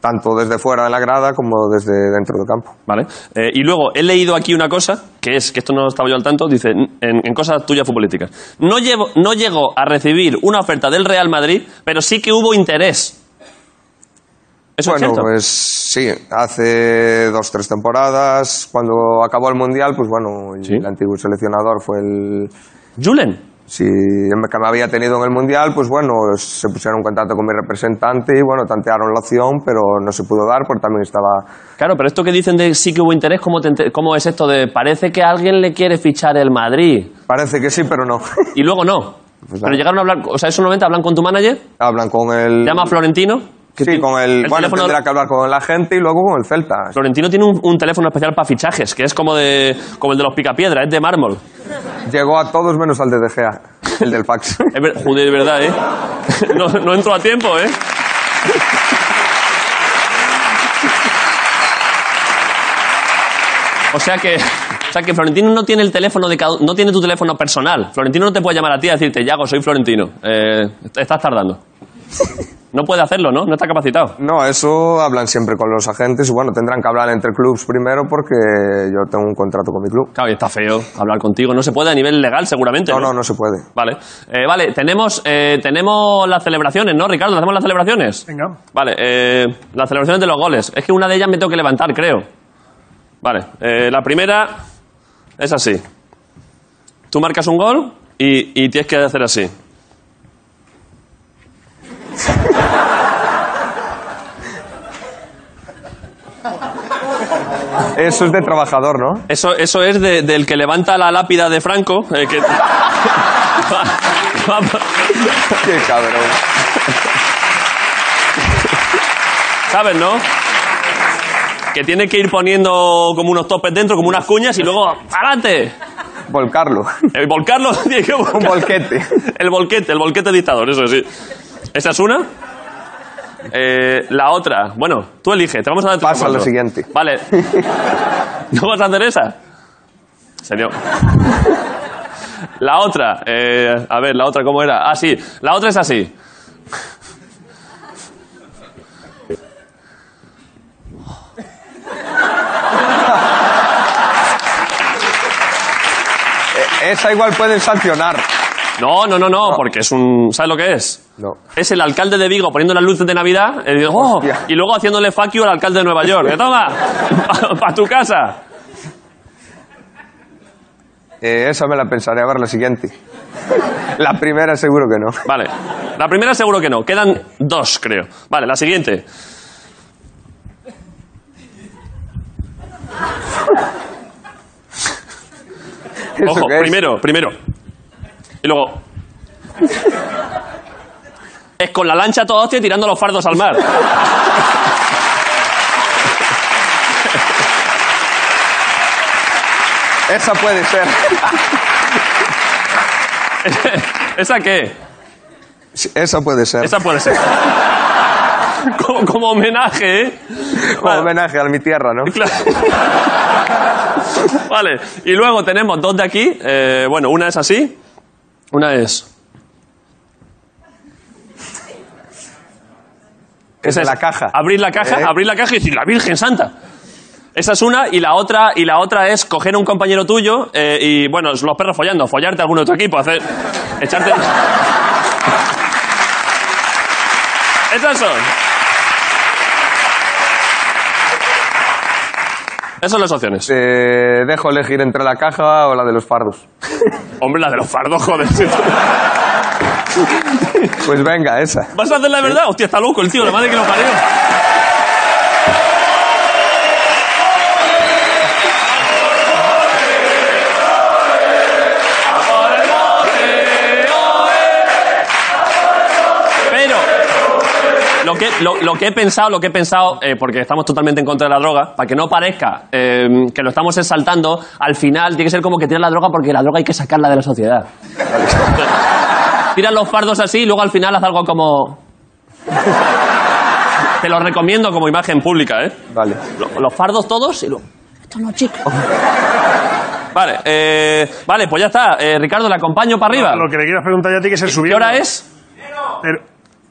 T: tanto desde fuera de la grada como desde dentro del campo.
A: Vale. Eh, y luego he leído aquí una cosa, que es, que esto no estaba yo al tanto, dice, en, en cosas tuyas futbolísticas. No, llevo, no llegó a recibir una oferta del Real Madrid, pero sí que hubo interés. ¿Eso
T: bueno,
A: es cierto?
T: pues sí, hace dos, tres temporadas, cuando acabó el Mundial, pues bueno, el antiguo seleccionador fue el...
A: ¿Julen?
T: Sí, que me había tenido en el Mundial, pues bueno, se pusieron en contacto con mi representante y bueno, tantearon la opción, pero no se pudo dar porque también estaba...
A: Claro, pero esto que dicen de sí que hubo interés, ¿cómo, te enter- cómo es esto de parece que a alguien le quiere fichar el Madrid?
T: Parece que sí, pero no.
A: Y luego no.
T: Pues
A: pero
T: nada.
A: llegaron a hablar, o sea, eso normalmente hablan con tu manager,
T: Hablan con el...
A: llama a Florentino.
T: Sí, con el...
A: el
T: bueno,
A: teléfono-
T: tendrá que hablar con la gente y luego con el Celta.
A: Florentino tiene un, un teléfono especial para fichajes, que es como, de, como el de los picapiedra, es de mármol.
T: Llegó a todos menos al de De Gea, el del fax.
A: Es ver- joder, de verdad, ¿eh? No, no entro a tiempo, ¿eh? O sea que, o sea que Florentino no tiene el teléfono de cada- no tiene tu teléfono personal. Florentino no te puede llamar a ti y decirte, Yago, soy Florentino. Eh, estás tardando. No puede hacerlo, ¿no? No está capacitado.
T: No, eso hablan siempre con los agentes y bueno, tendrán que hablar entre clubs primero porque yo tengo un contrato con mi club.
A: Claro, y está feo hablar contigo. No se puede a nivel legal, seguramente.
T: No, no, no se puede.
A: Vale, Eh, vale. Tenemos, eh, tenemos las celebraciones, ¿no, Ricardo? ¿Hacemos las celebraciones?
B: Venga.
A: Vale, eh, las celebraciones de los goles. Es que una de ellas me tengo que levantar, creo. Vale, eh, la primera es así. Tú marcas un gol y, y tienes que hacer así.
T: Eso es de trabajador, ¿no?
A: Eso, eso es de- del que levanta la lápida de Franco. eh, que...
T: Qué cabrón.
A: ¿Sabes, no? Que tiene que ir poniendo como unos topes dentro, como unas cuñas y luego ¡adelante!
T: Volcarlo.
A: El volcarlo tiene que volcar.
T: Un volquete.
A: El volquete, el volquete dictador, eso sí. Esa es una. Eh, la otra, bueno, tú elige, te vamos a dar tres
T: Pasa a
A: o
T: la
A: cuatro.
T: siguiente.
A: Vale. ¿No vas a hacer esa? Señor. La otra, eh, a ver, la otra, ¿cómo era? Ah, sí, la otra es así.
T: E- Esa igual pueden sancionar.
A: No, no, no, no, porque es un. ¿Sabes lo que es?
T: No.
A: Es el alcalde de Vigo poniendo las luces de Navidad eh, ¡oh! y luego haciéndole fuck you al alcalde de Nueva York. ¡Eh, ¡Toma! ¡Para tu casa!
T: Eh, esa me la pensaré. A ver, la siguiente. La primera seguro que no.
A: Vale. La primera seguro que no. Quedan dos, creo. Vale, la siguiente.
T: ¿Eso
A: Ojo,
T: qué es?
A: primero, primero. Y luego. Es con la lancha a toda hostia y tirando los fardos al mar.
T: Esa puede ser.
A: ¿Esa qué?
T: Sí, Esa puede ser.
A: Esa puede ser. Como, como homenaje, ¿eh?
T: Como homenaje a mi tierra, ¿no?
A: Vale, y luego tenemos dos de aquí. Eh, bueno, una es así. Una es.
T: Es
A: Esa
T: de
A: es
T: la caja.
A: Abrir la caja,
T: Eh.
A: abrir la caja y decir, la Virgen Santa. Esa es una, y la otra, y la otra es coger a un compañero tuyo eh, y, bueno, los perros follando, follarte a alguno de tu equipo, hacer. echarte. Esas son. Esas son las opciones.
T: Eh, dejo elegir entre la caja o la de los fardos.
A: Hombre, la de los fardos, joder.
T: Pues venga, esa.
A: ¿Vas a hacer la verdad? Hostia, está loco el tío, la madre que lo parió. Lo que, lo, lo que he pensado, lo que he pensado, eh, porque estamos totalmente en contra de la droga, para que no parezca eh, que lo estamos exaltando, al final tiene que ser como que tirar la droga porque la droga hay que sacarla de la sociedad. Tiras los fardos así y luego al final haz algo como... Te lo recomiendo como imagen pública, ¿eh?
T: Vale.
A: Lo- los fardos todos y luego... Esto no, chicos. Vale, eh, vale, pues ya está. Eh, Ricardo, le acompaño para arriba.
B: Lo que le quieras preguntar ya tiene que ser
A: ¿Qué
B: subiendo.
A: hora es?
B: Pero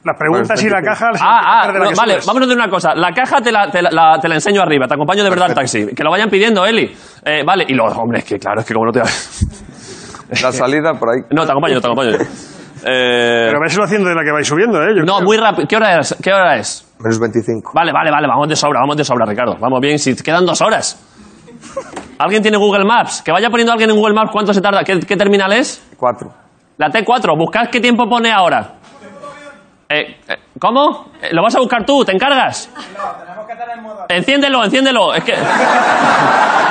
B: las preguntas y la caja. se tiene que
A: Ah, ah,
B: hacer de la
A: no,
B: que
A: vale,
B: subes.
A: vámonos de una cosa. La caja te la, te la- la- te la enseño arriba, te acompaño de verdad al taxi. Que lo vayan pidiendo, Eli. Eh, vale, y los hombres, que claro, es que como no te.
T: La salida por ahí.
A: No, te acompaño, te acompaño. Eh,
B: Pero vais haciendo de la que vais subiendo, ¿eh? Yo
A: no, muy rápido. ¿Qué hora es? ¿Qué hora es?
T: Menos 25.
A: Vale, vale, vale, vamos de sobra, vamos de sobra, Ricardo. Vamos bien, si quedan dos horas. ¿Alguien tiene Google Maps? Que vaya poniendo alguien en Google Maps cuánto se tarda. ¿Qué, qué terminal es?
T: Cuatro.
A: La T4, buscad qué tiempo pone ahora. Eh, eh, ¿Cómo? Eh, ¿Lo vas a buscar tú? ¿Te encargas? Enciéndelo, enciéndelo. Es que.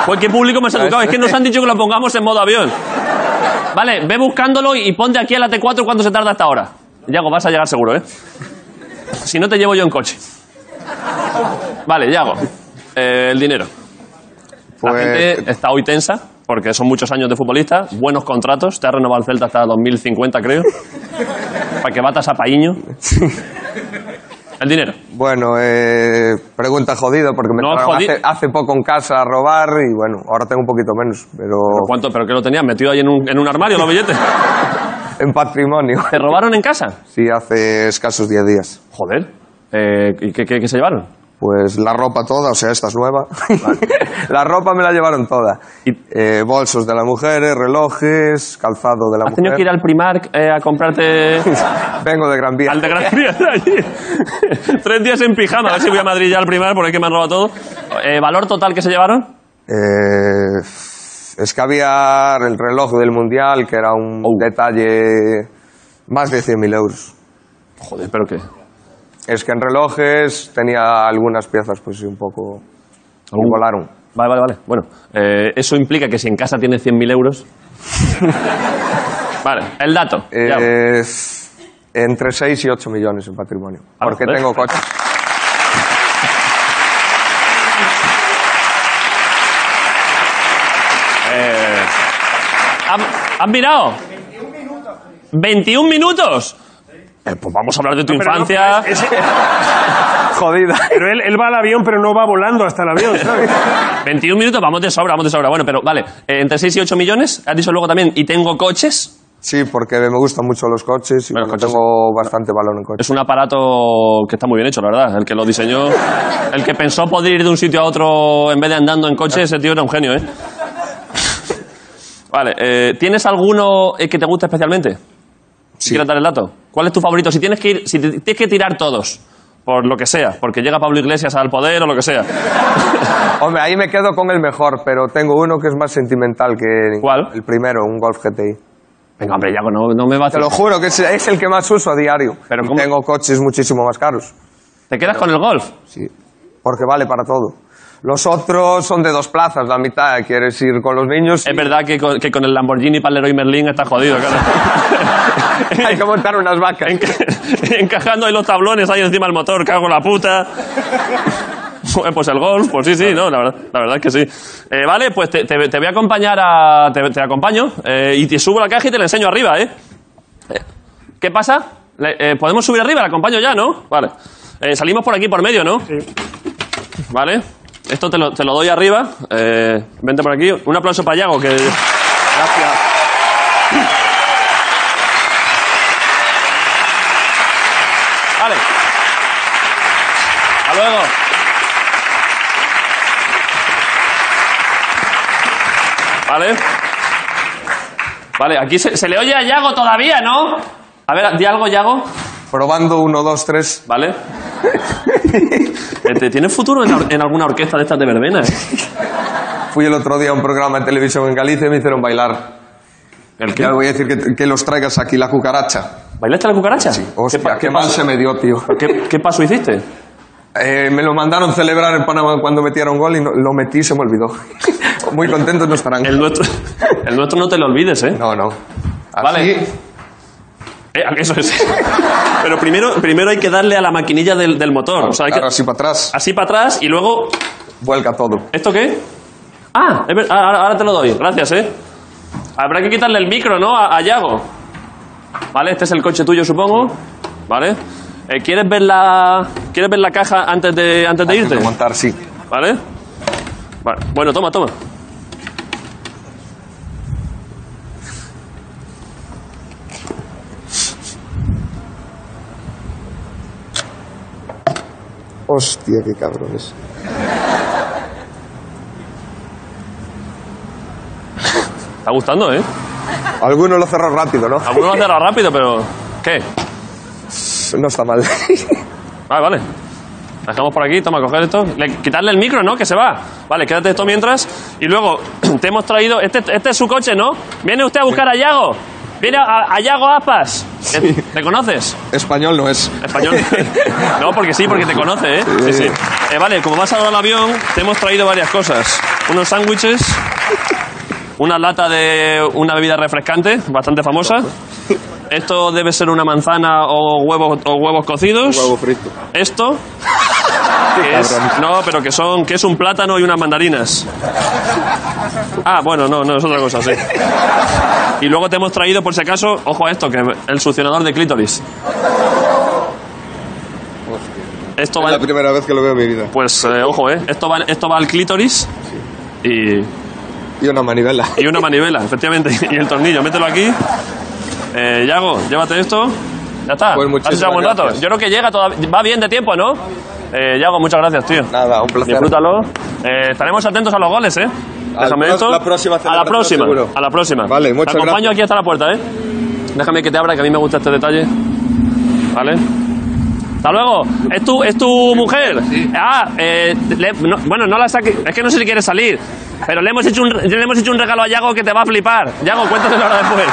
A: Pues qué público más educado. Es que nos han dicho que lo pongamos en modo avión. Vale, ve buscándolo y ponte aquí a la T4 cuánto se tarda hasta ahora. Yago, vas a llegar seguro, ¿eh? Si no, te llevo yo en coche. Vale, Yago. Eh, el dinero. La gente está hoy tensa porque son muchos años de futbolista, buenos contratos. Te ha renovado el Celta hasta 2050, creo. Para que batas a Paíño. El dinero.
T: Bueno, eh, pregunta jodida porque me
A: No,
T: entraron
A: jodi-
T: hace, hace poco en casa a robar y bueno, ahora tengo un poquito menos, pero
A: ¿Cuánto? ¿Pero qué lo tenías? ¿Metido ahí en un, en un armario los billetes?
T: en patrimonio.
A: ¿Te robaron en casa?
T: Sí, hace escasos 10 días.
A: Joder. Eh, ¿Y qué, qué- qué se llevaron?
T: Pues la ropa toda, o sea, esta es nueva. la ropa me la llevaron toda. Eh, bolsos de las mujeres, relojes, calzado de la
A: ¿Has tenido
T: mujer.
A: que ir al Primark eh, a comprarte...?
T: Vengo de Gran Vía.
A: Al de Gran Vía, de allí. Tres días en pijama. A ver si voy a Madrid ya al Primark porque es que me han robado todo. Eh, ¿Valor total que se llevaron?
T: Eh, es que había el reloj del Mundial, que era un
A: Oh.
T: detalle más de 100.000 euros.
A: Joder, ¿pero qué?
T: Es que en relojes tenía algunas piezas, pues sí, un poco...
A: Algún-
T: Volaron.
A: Vale, vale, vale. Bueno, eh, eso implica que si en casa tienes 100.000 euros... vale, el dato. Ya.
T: Eh, entre 6 y 8 millones en patrimonio.
A: Ah,
T: porque
A: joder.
T: tengo coche.
A: Eh, ¿han, han mirado? 21 minutos. Eh, pues vamos a hablar de tu
B: Pero no,
A: infancia.
B: es- es-
T: Jodida.
B: Pero él, él va al avión, pero no va volando hasta el avión, ¿sabes?
A: 21 minutos, vamos de sobra, vamos de sobra. Bueno, pero vale, eh, entre 6 y 8 millones, has dicho luego también, y tengo coches.
T: Sí, porque me gustan mucho los coches y bueno, tengo bastante valor en coches.
A: Es un aparato que está muy bien hecho, la verdad. El que lo diseñó, el que pensó poder ir de un sitio a otro en vez de andando en coche, ese tío era un genio, ¿eh? Vale, eh, ¿tienes alguno eh, que te guste especialmente? Si quieres dar el dato. ¿Cuál es tu favorito? Si tienes que ir, si te- tienes que tirar todos, por lo que sea, porque llega Pablo Iglesias al poder o lo que sea.
T: Hombre, ahí me quedo con el mejor, pero tengo uno que es más sentimental que
A: ¿Cuál?
T: el primero, un Golf GTI.
A: Venga, hombre, ya pues no, no me va a
T: Te lo juro que es, es el que más uso a diario. Pero tengo coches muchísimo más caros.
A: ¿Te quedas con el golf?
T: Sí, porque vale para todo. Los otros son de dos plazas, la mitad quieres ir con los niños.
A: Es verdad que con, que con el Lamborghini Palero y Merlín está jodido, claro.
T: Hay que montar unas vacas.
A: Enca- encajando ahí los tablones ahí encima del motor, cago en la puta. Joder, Pues el golf, pues sí, sí, no, la verdad, la verdad es que sí. Eh, vale, pues te, te- te voy a acompañar a. Te, te acompaño eh, y te subo la caja y te la enseño arriba, ¿eh? Eh, ¿Qué pasa? Le- eh, ¿Podemos subir arriba? La acompaño ya, ¿no? Vale. Eh, salimos por aquí, por medio, ¿no? Sí. Vale. Esto te lo, te lo doy arriba. Eh, vente por aquí. Un aplauso para Yago, que. Vale. Hasta luego. Vale. Vale, aquí se, se le oye a Yago todavía, ¿no? A ver, di algo, Yago.
T: Probando uno, dos, tres.
A: Vale. Este, ¿Tienes futuro en, or- en alguna orquesta de estas de verbena? eh?
T: Fui el otro día a un programa en televisión en Galicia y me hicieron bailar.
A: ¿El
T: Ya voy a decir que, que los traigas aquí, la cucaracha.
A: ¿Bailaste la cucaracha? Sí.
T: Hostia, qué, mal se me dio, tío.
A: ¿Qué, qué paso hiciste?
T: Eh, me lo mandaron celebrar en Panamá cuando metieron gol y no- lo metí y se me olvidó. Muy contentos no estarán.
A: El nuestro, el nuestro no te lo olvides, ¿eh?
T: No, no. Así,
A: Vale. Eh, eso es. Pero primero, primero hay que darle a la maquinilla del, del motor. o sea, hay que-
T: así para atrás.
A: Así para atrás y luego.
T: Vuelca todo.
A: ¿Esto qué? Ah, es ver- ah, ahora, ahora te lo doy. Gracias, eh. Habrá que quitarle el micro, ¿no? A, a Yago. Vale, este es el coche tuyo, supongo. Vale. Eh, ¿Quieres ver la. ¿Quieres ver la caja antes de, antes
T: Ah,
A: de irte?
T: montar, sí.
A: ¿Vale? Vale. Bueno, toma, toma.
T: Hostia, qué cabrones.
A: Está gustando, ¿eh?
T: Alguno lo cerró rápido, ¿no?
A: Alguno lo cerrado rápido, pero. ¿Qué?
T: No está mal.
A: Vale, vale. La Dejamos por aquí, toma, coger esto. Le- quitarle el micro, ¿no? Que se va. Vale, quédate esto mientras. Y luego, te hemos traído. Este, este es su coche, ¿no? ¿Viene usted a buscar a Yago? ¿Viene a, a Yago Aspas? ¿Te conoces?
T: Español no es.
A: Español. No, porque sí, porque te conoce, ¿eh? Sí, sí. Eh, vale, como vas ahora al avión, te hemos traído varias cosas. Unos sándwiches, una lata de una bebida refrescante, bastante famosa. Esto debe ser una manzana o huevos, o huevos cocidos.
T: Huevo frito.
A: Esto. que es- no, pero que son que es un plátano y unas mandarinas. Ah, bueno, no, no, es otra cosa, sí. Y luego te hemos traído, por si acaso, ojo a esto, que el succionador de clítoris. Esto va
T: Es la primera vez que lo veo en mi vida.
A: Pues eh, ojo, ¿eh? Esto va, esto va al clítoris y...
T: Y una manivela.
A: Y una manivela, efectivamente. Y el tornillo, mételo aquí. Eh, Yago, llévate esto. Ya está.
T: Pues muchísimas
A: Has echado buen rato.
T: gracias.
A: Yo creo que llega todavía. Va bien de tiempo, ¿no? Eh, Yago, muchas gracias, tío.
T: Nada, un placer.
A: Disfrútalo. Eh, estaremos atentos a los goles, ¿eh? Déjame
T: pro-
A: esto.
T: la próxima
A: a la
T: celebración,
A: próxima.
T: seguro.
A: A la próxima.
T: Vale, muchas
A: Te acompaño aquí hasta la puerta, ¿eh? Déjame que te abra, que a mí me gusta este detalle. ¿Vale? Hasta luego. ¿Es tu, es tu mujer? Ah, eh, le- no- bueno, no la saques. Es que no sé si quiere salir. Pero le hemos, hecho un, re- le hemos hecho un regalo a Yago que te va a flipar. Yago, cuéntaselo ahora después.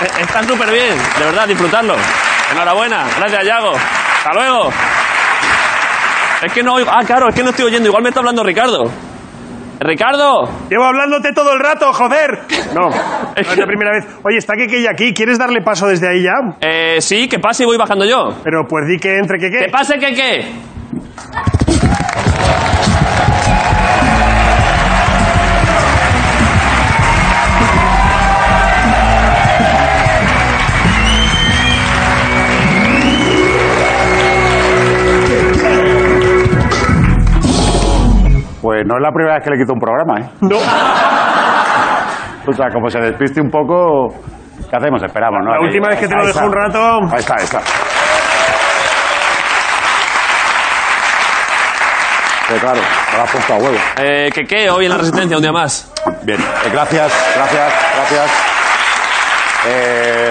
A: Eh, Está súper bien, de verdad, disfrutarlo. Enhorabuena. Gracias, Yago. Hasta luego. Es que no oigo. Ah, claro, es que no estoy oyendo. Igual me está hablando Ricardo. Ricardo.
B: Llevo hablándote todo el rato, joder. No, no es la primera vez. Oye, está que ya aquí. ¿Quieres darle paso desde ahí ya?
A: Eh, sí, que pase y voy bajando yo.
B: Pero pues di que entre, que qué.
A: Que pase, que qué.
H: Pues no es la primera vez que le quito un programa, ¿eh?
B: No.
H: O sea, como se despiste un poco, ¿qué hacemos? Esperamos, ¿no?
B: La última vez que te lo dejo un rato.
H: Ahí está, ahí está. Sí, claro, me lo has puesto a huevo.
A: Eh, que qué, hoy en la Resistencia, un día más.
H: Bien, eh, gracias, gracias, gracias. Eh,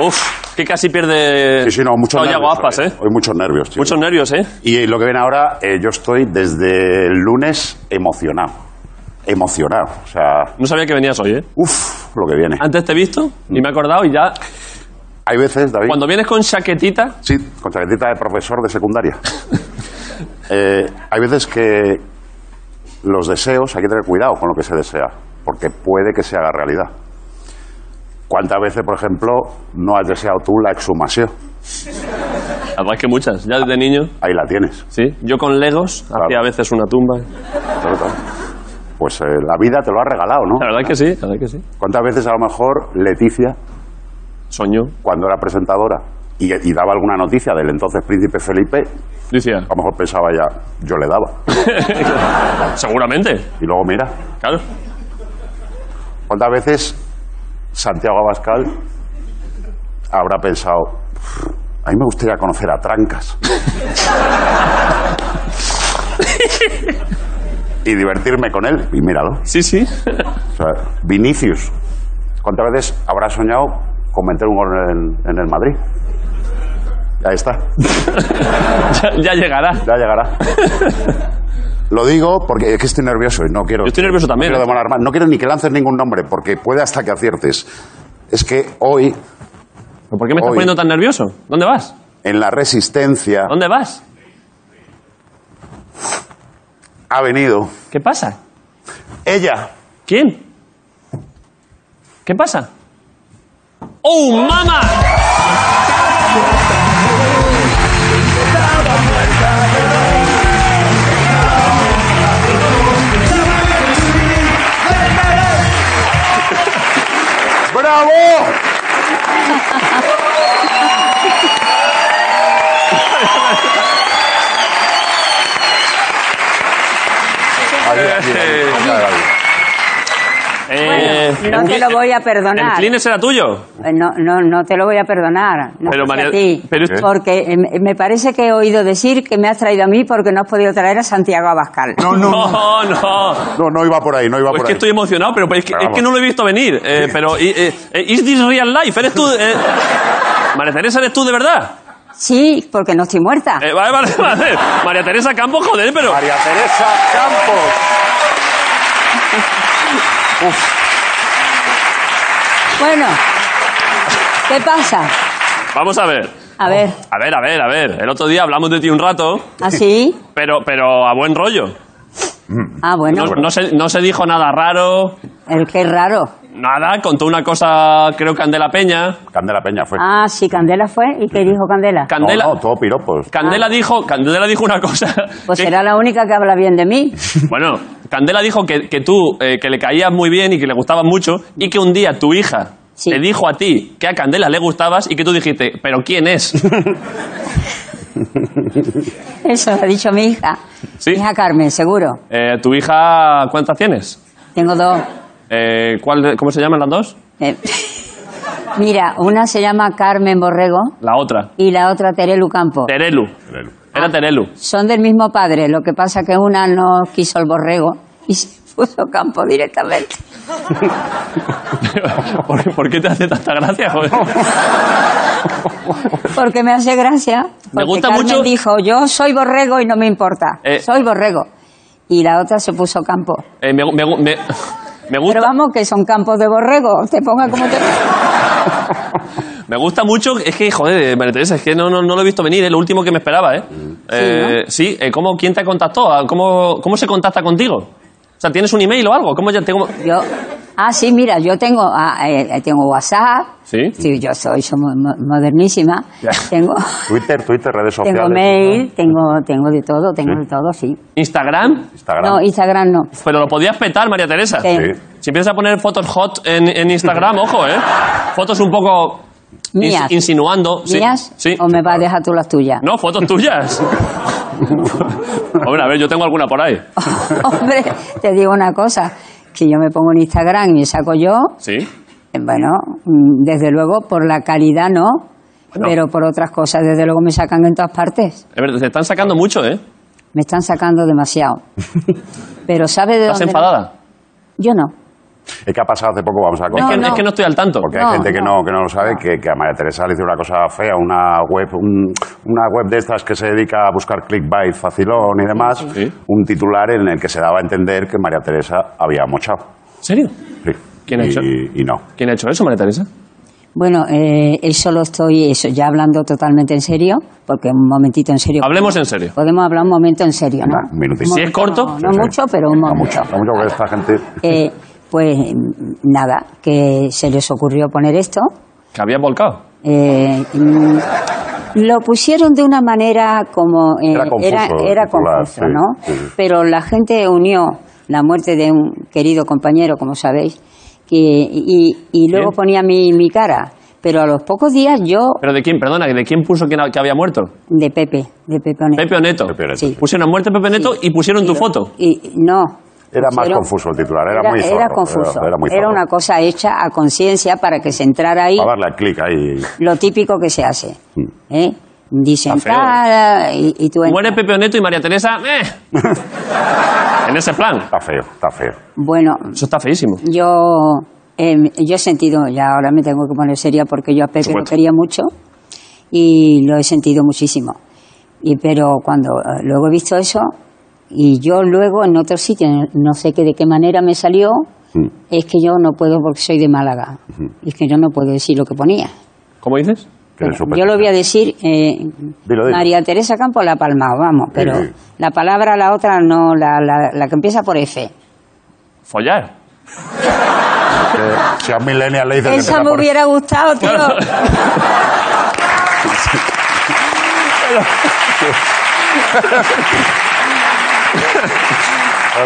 A: Uf, que casi pierde.
H: sí, sí, no, muchos
A: No, ya
H: nervios.
A: hago aspas,
H: hoy.
A: ¿eh?
H: Hoy muchos nervios, tío.
A: Muchos nervios, ¿eh?
H: Y lo que viene ahora, eh, yo estoy desde el lunes emocionado. Emocionado, o sea,
A: No sabía que venías hoy, ¿eh?
H: uff, lo que viene.
A: Antes te he visto y me he acordado y ya.
H: Hay veces, David.
A: Cuando vienes con chaquetita,
H: Sí, con chaquetita de profesor de secundaria. Eh, hay veces que los deseos, hay que tener cuidado con lo que se desea, porque puede que se haga realidad. ¿Cuántas veces, por ejemplo, no has deseado tú la exhumación?
A: la verdad es que muchas, ya desde niño,
H: Ahí la tienes.
A: sí. Yo con Legos hacía a veces una tumba.
H: Claro, claro. Pues eh, la vida te lo ha regalado, ¿no?
A: La verdad es que sí, la verdad es que sí.
H: ¿Cuántas veces a lo mejor Leticia,
A: Soñó.
H: cuando era presentadora y, y daba alguna noticia del entonces príncipe Felipe,
A: Decía,
H: a lo mejor pensaba ya, yo le daba.
A: seguramente,
H: Y luego mira,
A: claro.
H: ¿Cuántas veces Santiago Abascal habrá pensado, a mí me gustaría conocer a Trancas? y divertirme con él. Y míralo.
A: Sí, sí.
H: O sea, Vinicius. ¿Cuántas veces habrá soñado con meter un gol en, en el Madrid? Ahí está.
A: Ya, ya llegará.
H: Ya llegará. Lo digo porque es que estoy nervioso y no quiero.
A: Yo estoy nervioso también,
H: No quiero,
A: ¿eh?
H: demorar más. No quiero ni que lances ningún nombre porque puede hasta que aciertes. Es que hoy,
A: ¿Pero ¿Por qué me estás
H: Hoy.
A: poniendo tan nervioso? ¿Dónde vas?
H: en la Resistencia,
A: ¿Dónde vas?
H: ha venido
A: ¿Qué pasa?
H: ella.
A: ¿Quién? ¿Qué pasa? ¡Oh, mamá!
D: ¡Bravo!
A: Eh,
U: No te lo voy a
A: ¿El
U: perdonar.
A: Kleenex era tuyo?
U: Eh, No, no, no te lo voy a perdonar. No
A: Pero,
U: sé si a
A: María-
U: ti,
A: pero es-
U: porque eh, me- me parece que he oído decir que me has traído a mí porque no has podido traer a Santiago Abascal.
A: no. No,
H: no, iba por ahí, no iba
A: Pues
H: por
A: que
H: ahí.
A: estoy emocionado, pero es que,
H: Pero
A: es que
H: vamos.
A: no lo he visto venir. Eh, Pero, y- eh, eh, ¿is this real life? ¿Eres tú? eh? María Teresa, ¿eres tú de verdad?
U: Sí, porque no estoy muerta.
A: Eh, vale, vale, vale. María Teresa Campos, joder, pero...
H: María Teresa Campos.
U: Bueno, ¿qué pasa?
A: Vamos a ver.
U: A ver,
A: A ver, a ver, a ver. El otro día hablamos de ti un rato,
U: ¿así?
A: pero, pero a buen rollo.
U: Ah, bueno.
A: No, no se, no se dijo nada raro,
U: El que es raro.
A: nada. Contó una cosa, creo, Candela Peña.
H: Candela Peña
A: Pues-
H: fue.
U: Ah, sí, Candela fue. ¿Y qué dijo Candela?
A: Candela,
H: No, todo piropos.
A: Candela dijo, Candela dijo una cosa.
U: Ah. Pues
A: que-
U: será la única que habla bien de mí.
A: Bueno, Candela dijo que, que tú, eh, que le caías muy bien y que le gustabas mucho, y que un día tu hija te dijo a ti que a Candela le gustabas y que tú dijiste, ¿pero quién es?
U: Eso lo ha dicho mi hija.
A: ¿Sí?
U: Mi hija Carmen, seguro.
A: Eh, ¿Tu hija cuántas tienes?
U: Tengo dos.
A: Eh, ¿cuál, de- ¿Cómo se llaman las dos?
U: Eh, Mira, una se llama Carmen Borrego
A: La otra.
U: y la otra Terelu Campo.
A: Terelu.
U: Ah.
A: Era Terelu.
U: Son del mismo padre, lo que pasa que una no quiso el borrego y se puso Campo directamente.
A: ¿Por, qué- por qué te hace tanta gracia, joder?
U: Porque me hace gracia.
A: Me
U: Porque
A: gusta
U: Carmen
A: mucho-
U: dijo, yo soy borrego y no me importa.
A: Eh.
U: Soy borrego. Y la otra se puso campo.
A: Eh, me, gu- me gu- me- me gusta,
U: Pero vamos, que son campos de borrego. Te ponga como te...
A: me gusta mucho. Es que, joder, eh, María Teresa, es que no, no, no lo he visto venir, es lo último que me esperaba, ¿eh? Eh, sí, eh, ¿cómo, ¿quién te contactó? Ah, ¿Cómo, ¿Cómo se contacta contigo? O sea, ¿tienes un email o algo? ¿Cómo ya tengo.?
U: Yo... Ah, sí, mira, yo tengo, ah, eh, tengo WhatsApp.
A: Sí.
U: Sí, yo soy, soy mo- mo- modernísima.
H: Ya.
U: Tengo...
H: Twitter, Twitter, redes sociales.
U: Tengo mail, tengo, tengo de todo, tengo de todo, sí.
A: ¿Instagram?
H: Instagram.
U: No, Instagram no.
A: Pero lo podías petar, María Teresa.
U: Sí. Sí.
A: Si empiezas a poner fotos hot en, en Instagram, ojo, ¿eh? Fotos un poco. ins-
U: Mías.
A: Insinuando. sí.
U: ¿Mías?
A: Sí.
U: ¿O me vas a dejar tú las tuyas?
A: No, fotos tuyas. Hombre, a ver, yo tengo alguna por ahí.
U: Hombre, te digo una cosa, que yo me pongo en Instagram y saco yo,
A: ¿Sí?
U: eh, bueno, mm, desde luego por la calidad no, pero por otras cosas, desde luego me sacan en todas partes.
A: Es verdad, te están sacando mucho, ¿eh?
U: Me están sacando demasiado. pero ¿sabes de
A: ¿Estás
U: dónde?
A: enfadada?
U: Yo no.
H: Es que ha pasado hace poco, vamos a contar.
A: es, que, es que no estoy al tanto.
H: Porque hay gente que no, que no lo sabe, que, que a María Teresa le hizo una cosa fea, una web, un- una web de estas que se dedica a buscar clickbait facilón y demás, un titular en el que se daba a entender que María Teresa había mochado.
A: ¿En serio?
H: Sí.
A: ¿Quién ha
H: y,
A: hecho?
H: Y no.
A: ¿Quién ha hecho eso, María Teresa?
U: Bueno, eh, eso lo estoy, eso ya hablando totalmente en serio, porque un momentito en serio.
A: Hablemos en serio.
U: Podemos hablar un momento en serio, ¿no?
H: Ah, Un minutito.
U: Si es corto. No, no mucho, pero un
H: No
U: momento.
H: mucho, no mucho, porque esta gente...
U: Eh, pues mm, nada, que se les ocurrió poner esto.
A: Que había volcado.
U: Eh, mm, lo pusieron de una manera como... eh,
A: Era confuso,
U: era, era
A: titular,
U: confuso,
A: sí,
U: ¿no?
A: sí.
U: Pero la gente unió la muerte de un querido compañero, como sabéis, que- y, y luego
A: Bien.
U: ponía mi, mi cara. Pero a los pocos días yo...
A: ¿Pero de quién? Perdona, ¿de quién puso que, que había muerto?
U: De Pepe, de Pepe Oneto.
A: Pepe Oneto. Pusieron muerte a Pepe Neto y pusieron tu foto.
U: Y, no.
H: Era más
U: Pusieron-
H: confuso el titular, era, muy zorro.
U: era confuso.
H: Era,
U: Era,
H: era muy zorro.
U: una cosa hecha a conciencia para que se entrara ahí
H: Para darle al clic ahí.
U: lo típico que se hace. ¿eh? Dicen
A: Está feo.
U: tal, y, y tú entras.
A: Muere Pepe Oneto y María Teresa, ¡eh! en ese plan. Está
H: feo, está feo.
U: Bueno,
A: Eso está feísimo.
U: yo, em, yo he sentido, ya ahora me tengo que poner seria porque yo a Pepe lo
A: supuesto.
U: quería mucho y lo he sentido muchísimo. Y, pero cuando eh, luego he visto eso, y yo luego en otro sitio, no sé qué de qué manera me salió, es que yo no puedo porque soy de Málaga. Y es que yo no puedo decir lo que ponía.
A: ¿Cómo dices?
U: Yo lo voy a decir, eh,
A: Dilo, dilo.
U: María Teresa Campo la palma, vamos, pero
A: Sí, sí.
U: la palabra, la otra, no, la, la, la que empieza por F.
A: Follar.
H: Que si a un millennial le dicen que
U: Esa
H: empieza
U: me
H: por-
U: hubiera gustado, tío.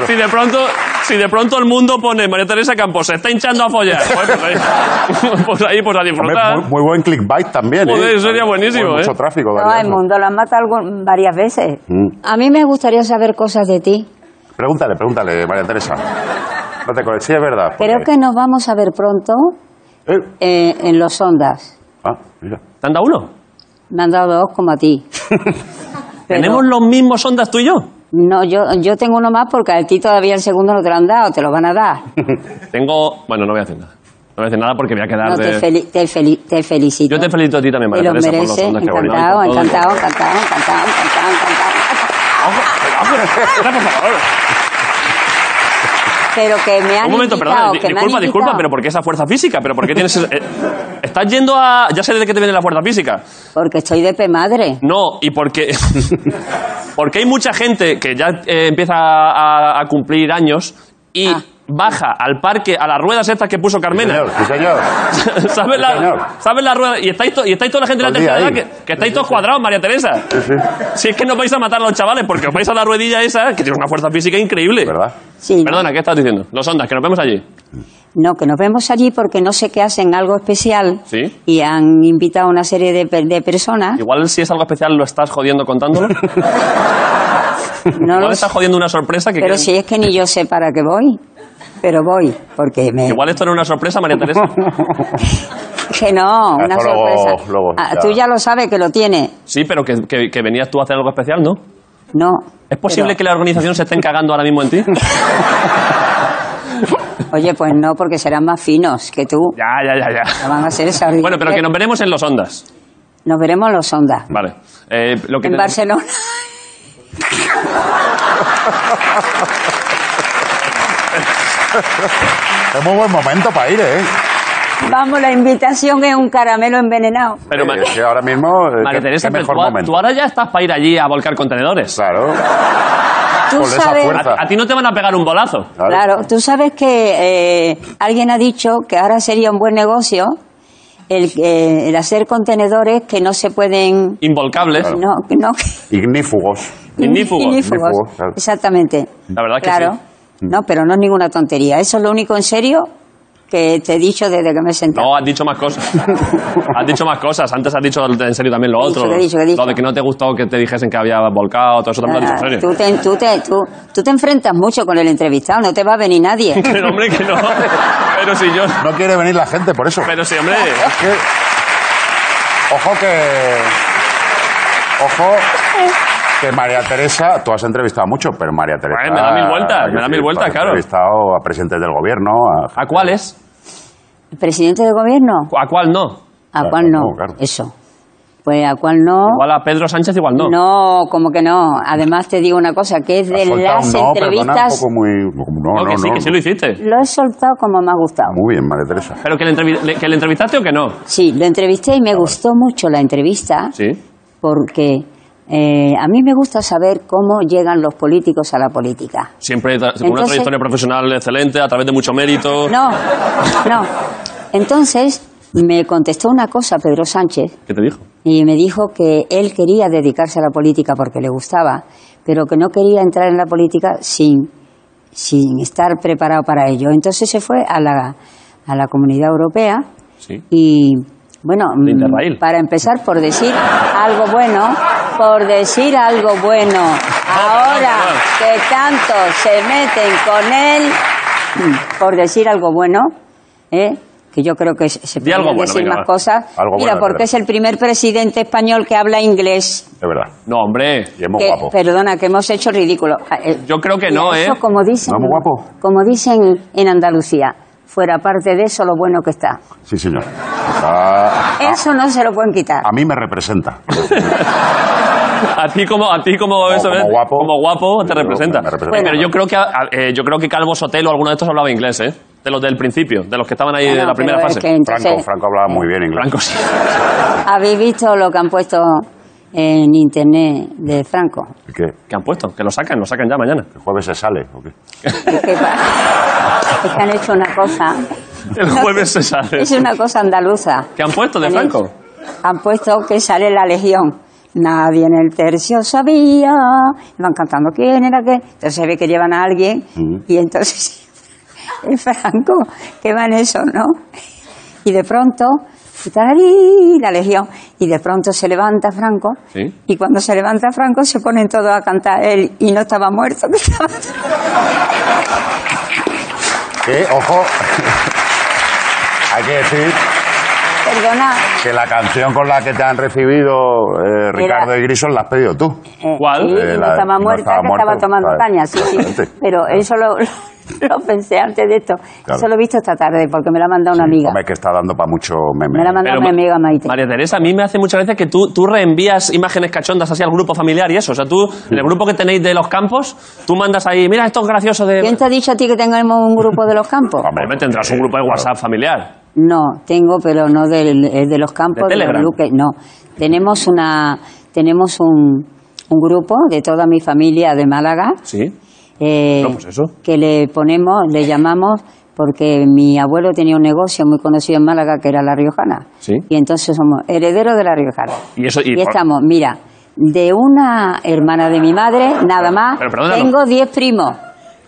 A: Si de pronto, si de pronto el mundo pone María Teresa Campos se está hinchando a follar, bueno, pues ahí, pues ahí, pues a
H: Hombre,
A: disfrutar.
H: muy, muy buen clickbait también. ¿eh?
A: Joder, sería buenísimo,
H: Hay Mucho
A: ¿eh?
H: tráfico.
B: Ah,
U: No,
H: Darío.
U: el mundo lo han matado algún- varias veces.
H: Mm.
U: A mí me gustaría saber cosas de ti.
H: Pregúntale, pregúntale, María Teresa. No te conectes, sí, es verdad.
U: Creo
H: porque-
U: que nos vamos a ver pronto eh, en los ondas.
H: Ah, mira.
A: ¿Te han dado uno?
U: Me han dado dos como a ti.
A: ¿Tenemos los mismos ondas tú y yo?
U: No, yo, yo tengo uno más porque a ti todavía el segundo no te lo han dado, te lo van a dar.
A: Tengo. Bueno, no voy a decir nada. No voy a decir nada porque voy a quedar
U: No,
A: de.
U: te, feli- te feli- te felicito.
A: Yo te felicito a ti también,
U: Te
A: María
U: lo
A: Teresa, por
U: mereces.
A: los ondas que bonito.
U: Encantado, encantado, encantado, encantado, encantado, encantado. Pero que me han
A: Un momento,
U: invitado,
A: perdón.
U: que me han
A: Disculpa, disculpa,
U: invitado.
A: pero ¿por qué esa fuerza física? ¿Pero por qué tienes.? eh, estás yendo a. Ya sé de qué te viene la fuerza física.
U: Porque estoy de pe madre.
A: No, y porque. porque hay mucha gente que ya eh, empieza a, a cumplir años y.
U: Ah.
A: Baja al parque a las ruedas estas que puso Carmena. ¿Sabes la, ¿sabes la rueda? Y estáis, to- y estáis toda la gente de la
H: Todo el
A: tercera edad
H: día ahí.
A: que, que estáis todos cuadrados, María Teresa. Si es que no vais a matar a los chavales porque os vais a la ruedilla esa que tiene una fuerza física increíble. ¿Verdad?
U: Sí.
A: Perdona, ¿qué estás diciendo? Los ondas, que nos vemos allí.
U: No, que nos vemos allí porque no sé qué hacen algo especial
A: ¿Sí?
U: y han invitado a una serie de, pe- de personas.
A: Igual si es algo especial lo estás jodiendo contándolo.
U: No
A: Igual
U: lo sé,
A: estás jodiendo una sorpresa que
U: pero
A: quieres-
U: si es que ni yo sé para qué voy. Pero voy, porque me...
A: Igual esto no es una sorpresa, María Teresa.
U: Que no,
A: Ah,
U: una
A: eso luego-
U: sorpresa.
A: luego,
U: Ah,
A: ya.
U: Tú ya lo sabes que lo tiene.
A: Sí, pero que, que- que venías tú a hacer algo especial, ¿no?
U: No.
A: ¿Es posible
U: pero-
A: que la organización se estén cagando ahora mismo en ti?
U: Oye, pues no, porque serán más finos que tú.
A: Ya, ya, ya, ya.
U: Van a ser esas-
A: Bueno, pero que nos veremos en los ondas.
U: Nos veremos en los ondas.
A: Vale. Eh, lo que
U: En
A: te-
U: Barcelona.
H: Es muy buen momento para ir, ¿eh?
U: Vamos, la invitación es un caramelo envenenado.
A: Pero Ma-
H: Eh, es que ahora mismo. eh,
A: María
H: qué-
A: Teresa,
H: qué
A: pero
H: mejor
A: tú, a-
H: momento.
A: tú ahora ya estás para ir allí a volcar contenedores.
H: Claro.
U: Tú Con esa sabes- fuerza.
A: A, a ti no te van a pegar un bolazo.
U: Claro, tú sabes que eh, alguien ha dicho que ahora sería un buen negocio el, eh, el hacer contenedores que no se pueden...
A: Involcables.
U: No, no,
H: Ignífugos.
A: Ignífugos.
U: ignífugos.
H: Ignífugos, claro.
U: Exactamente.
H: La verdad que
U: claro. No, pero no es ninguna tontería. Eso es lo único en serio que te he dicho desde que me senté.
A: No, has dicho más cosas. has dicho más cosas. Antes has dicho en serio también lo
U: he dicho,
A: otro.
U: que he dicho, que he dicho. Ah,
A: Lo de que no te gustó que te dijesen que había volcado, todo eso también lo has dicho en
U: Tú
A: serio.
U: te, tú, te, tú, tú te enfrentas mucho con el entrevistado, no te va a venir nadie.
A: Pero hombre, que no. Pero si yo.
H: No quiere venir la gente, por eso.
A: Pero si, hombre.
H: Ojo que. Ojo. Que María Teresa, tú has entrevistado mucho, pero María Teresa.
A: Bueno, me da mil vueltas,
H: yo
A: me da
H: sí,
A: mil vueltas,
H: has
A: claro. Ah.
H: entrevistado a presidentes del gobierno. ¿A,
A: cuáles?
U: ¿El presidente de gobierno?
A: ¿A cuál no?
U: ¿A cuál no? Eso. Pues a cuál no.
A: Igual a Pedro Sánchez, igual no.
U: No, como que no. Además te digo una cosa, que es de las
H: no, Perdona, un
U: entrevistas...
H: poco muy. como- No,
A: No,
H: no,
A: que sí,
H: no.
A: que sí lo hiciste.
U: Lo he soltado como me ha gustado.
H: Muy bien, María Teresa.
A: ¿Pero que le, entrevi- le- que le entrevistaste o que no?
U: Sí, lo entrevisté y me gustó mucho la entrevista
A: Sí.
U: porque eh, a mí me gusta saber cómo llegan los políticos a la política.
A: Siempre tra- con una
U: Entonces-
A: trayectoria profesional excelente, a través de mucho mérito.
U: No, no. Entonces me contestó una cosa Pedro Sánchez
A: ¿Qué te dijo?
U: y me dijo que él quería dedicarse a la política porque le gustaba, pero que no quería entrar en la política sin, sin estar preparado para ello. Entonces se fue a la, a la Comunidad Europea
A: Sí.
U: y, bueno, mm,
A: Interrail.
U: para empezar, por decir algo bueno, por decir algo bueno, ahora que tanto se meten con él, mm, por decir algo bueno, ¿eh? que yo creo que se- se
A: Di algo
U: podrían
A: bueno,
U: decir
A: venga,
U: más
A: va.
U: cosas.
A: Algo
U: Mira,
A: bueno,
U: porque
A: espera.
U: es el primer presidente español que habla inglés.
H: Es verdad.
A: No, hombre.
H: Y es muy
U: Que-
H: guapo.
U: Perdona, que hemos hecho ridículo. Eh,
A: Yo creo que
U: y
A: no,
U: eso,
A: ¿eh?
U: Como dicen,
H: No, muy guapo.
U: como dicen en Andalucía, fuera parte de eso lo bueno que está.
H: Sí, señor. Ah,
U: Eso no se lo pueden quitar.
A: Ah,
H: a mí me representa.
A: A ti como, a ti como, eso, ¿ves? guapo. te representa.
H: representa.
A: Pero yo creo que a- a- eh, yo creo que Calvo Sotelo, alguno de estos hablaba inglés, ¿eh? De los del principio, de los que estaban ahí
U: Ah,
A: de
U: no,
A: la primera
U: pero es
A: fase.
U: que entonces- Franco, Franco
H: hablaba muy bien inglés.
A: Franco sí.
U: ¿Habéis visto lo que han puesto en internet de Franco?
H: ¿Qué?
A: han puesto? Que lo sacan, lo sacan ya mañana.
H: El jueves se sale. ¿o qué?
U: Es que han hecho una cosa,
A: El jueves se sale.
U: es una cosa andaluza.
A: ¿Qué han puesto de
U: Han
A: Franco?
U: Han puesto que sale la legión. Nadie en el tercio sabía. Y van cantando quién era qué. Entonces se ve que llevan a alguien.
A: Mm.
U: Y entonces el Franco, que va en eso, ¿no? Y de pronto, tararí, la legión. Y de pronto se levanta Franco.
A: ¿Sí?
U: Y cuando se levanta Franco se ponen todos a cantar él. Y no estaba muerto, que estaba...
H: Que, ojo, hay que decir
U: Perdona.
H: que la canción con la que te han recibido eh, Ricardo y Grison la has pedido tú.
U: Eh, Sí,
H: Eh,
U: no
H: la-
U: estaba
H: no
U: muerta, que
H: muerto,
U: estaba tomando
H: vale.
U: caña, sí, sí.
H: Exactamente.
U: Pero eso lo, lo pensé antes de esto.
H: Claro.
U: Eso lo he visto esta tarde porque me lo ha mandado una amiga.
H: Hombre, que está dando para mucho meme.
U: Me la ha mandado
A: Pero
U: mi
A: ma-
U: amiga Maite.
A: María Teresa, a mí me hace muchas veces que tú, tú reenvías imágenes cachondas así al grupo familiar y eso. O sea, tú, en el grupo que tenéis de los campos, tú mandas ahí, mira, esto es gracioso de...
U: ¿Quién te ha dicho a ti que tengamos un grupo de los campos?
A: Hombre, tendrás
H: eh,
A: un grupo de WhatsApp familiar.
U: No, tengo, pero no del, eh, de los campos.
A: ¿De
U: los
A: Telegram?
U: Luque, no, tenemos, una, tenemos un, un grupo de toda mi familia de Málaga.
A: Sí.
U: eh,
A: No, pues eso.
U: que le ponemos, le llamamos, porque mi abuelo tenía un negocio muy conocido en Málaga que era La Riojana.
A: Sí.
U: Y entonces somos herederos de La Riojana.
A: Y eso... Y,
U: Y estamos, mira, de una hermana de mi madre, nada más,
H: pero perdónalo.
U: tengo 10 primos.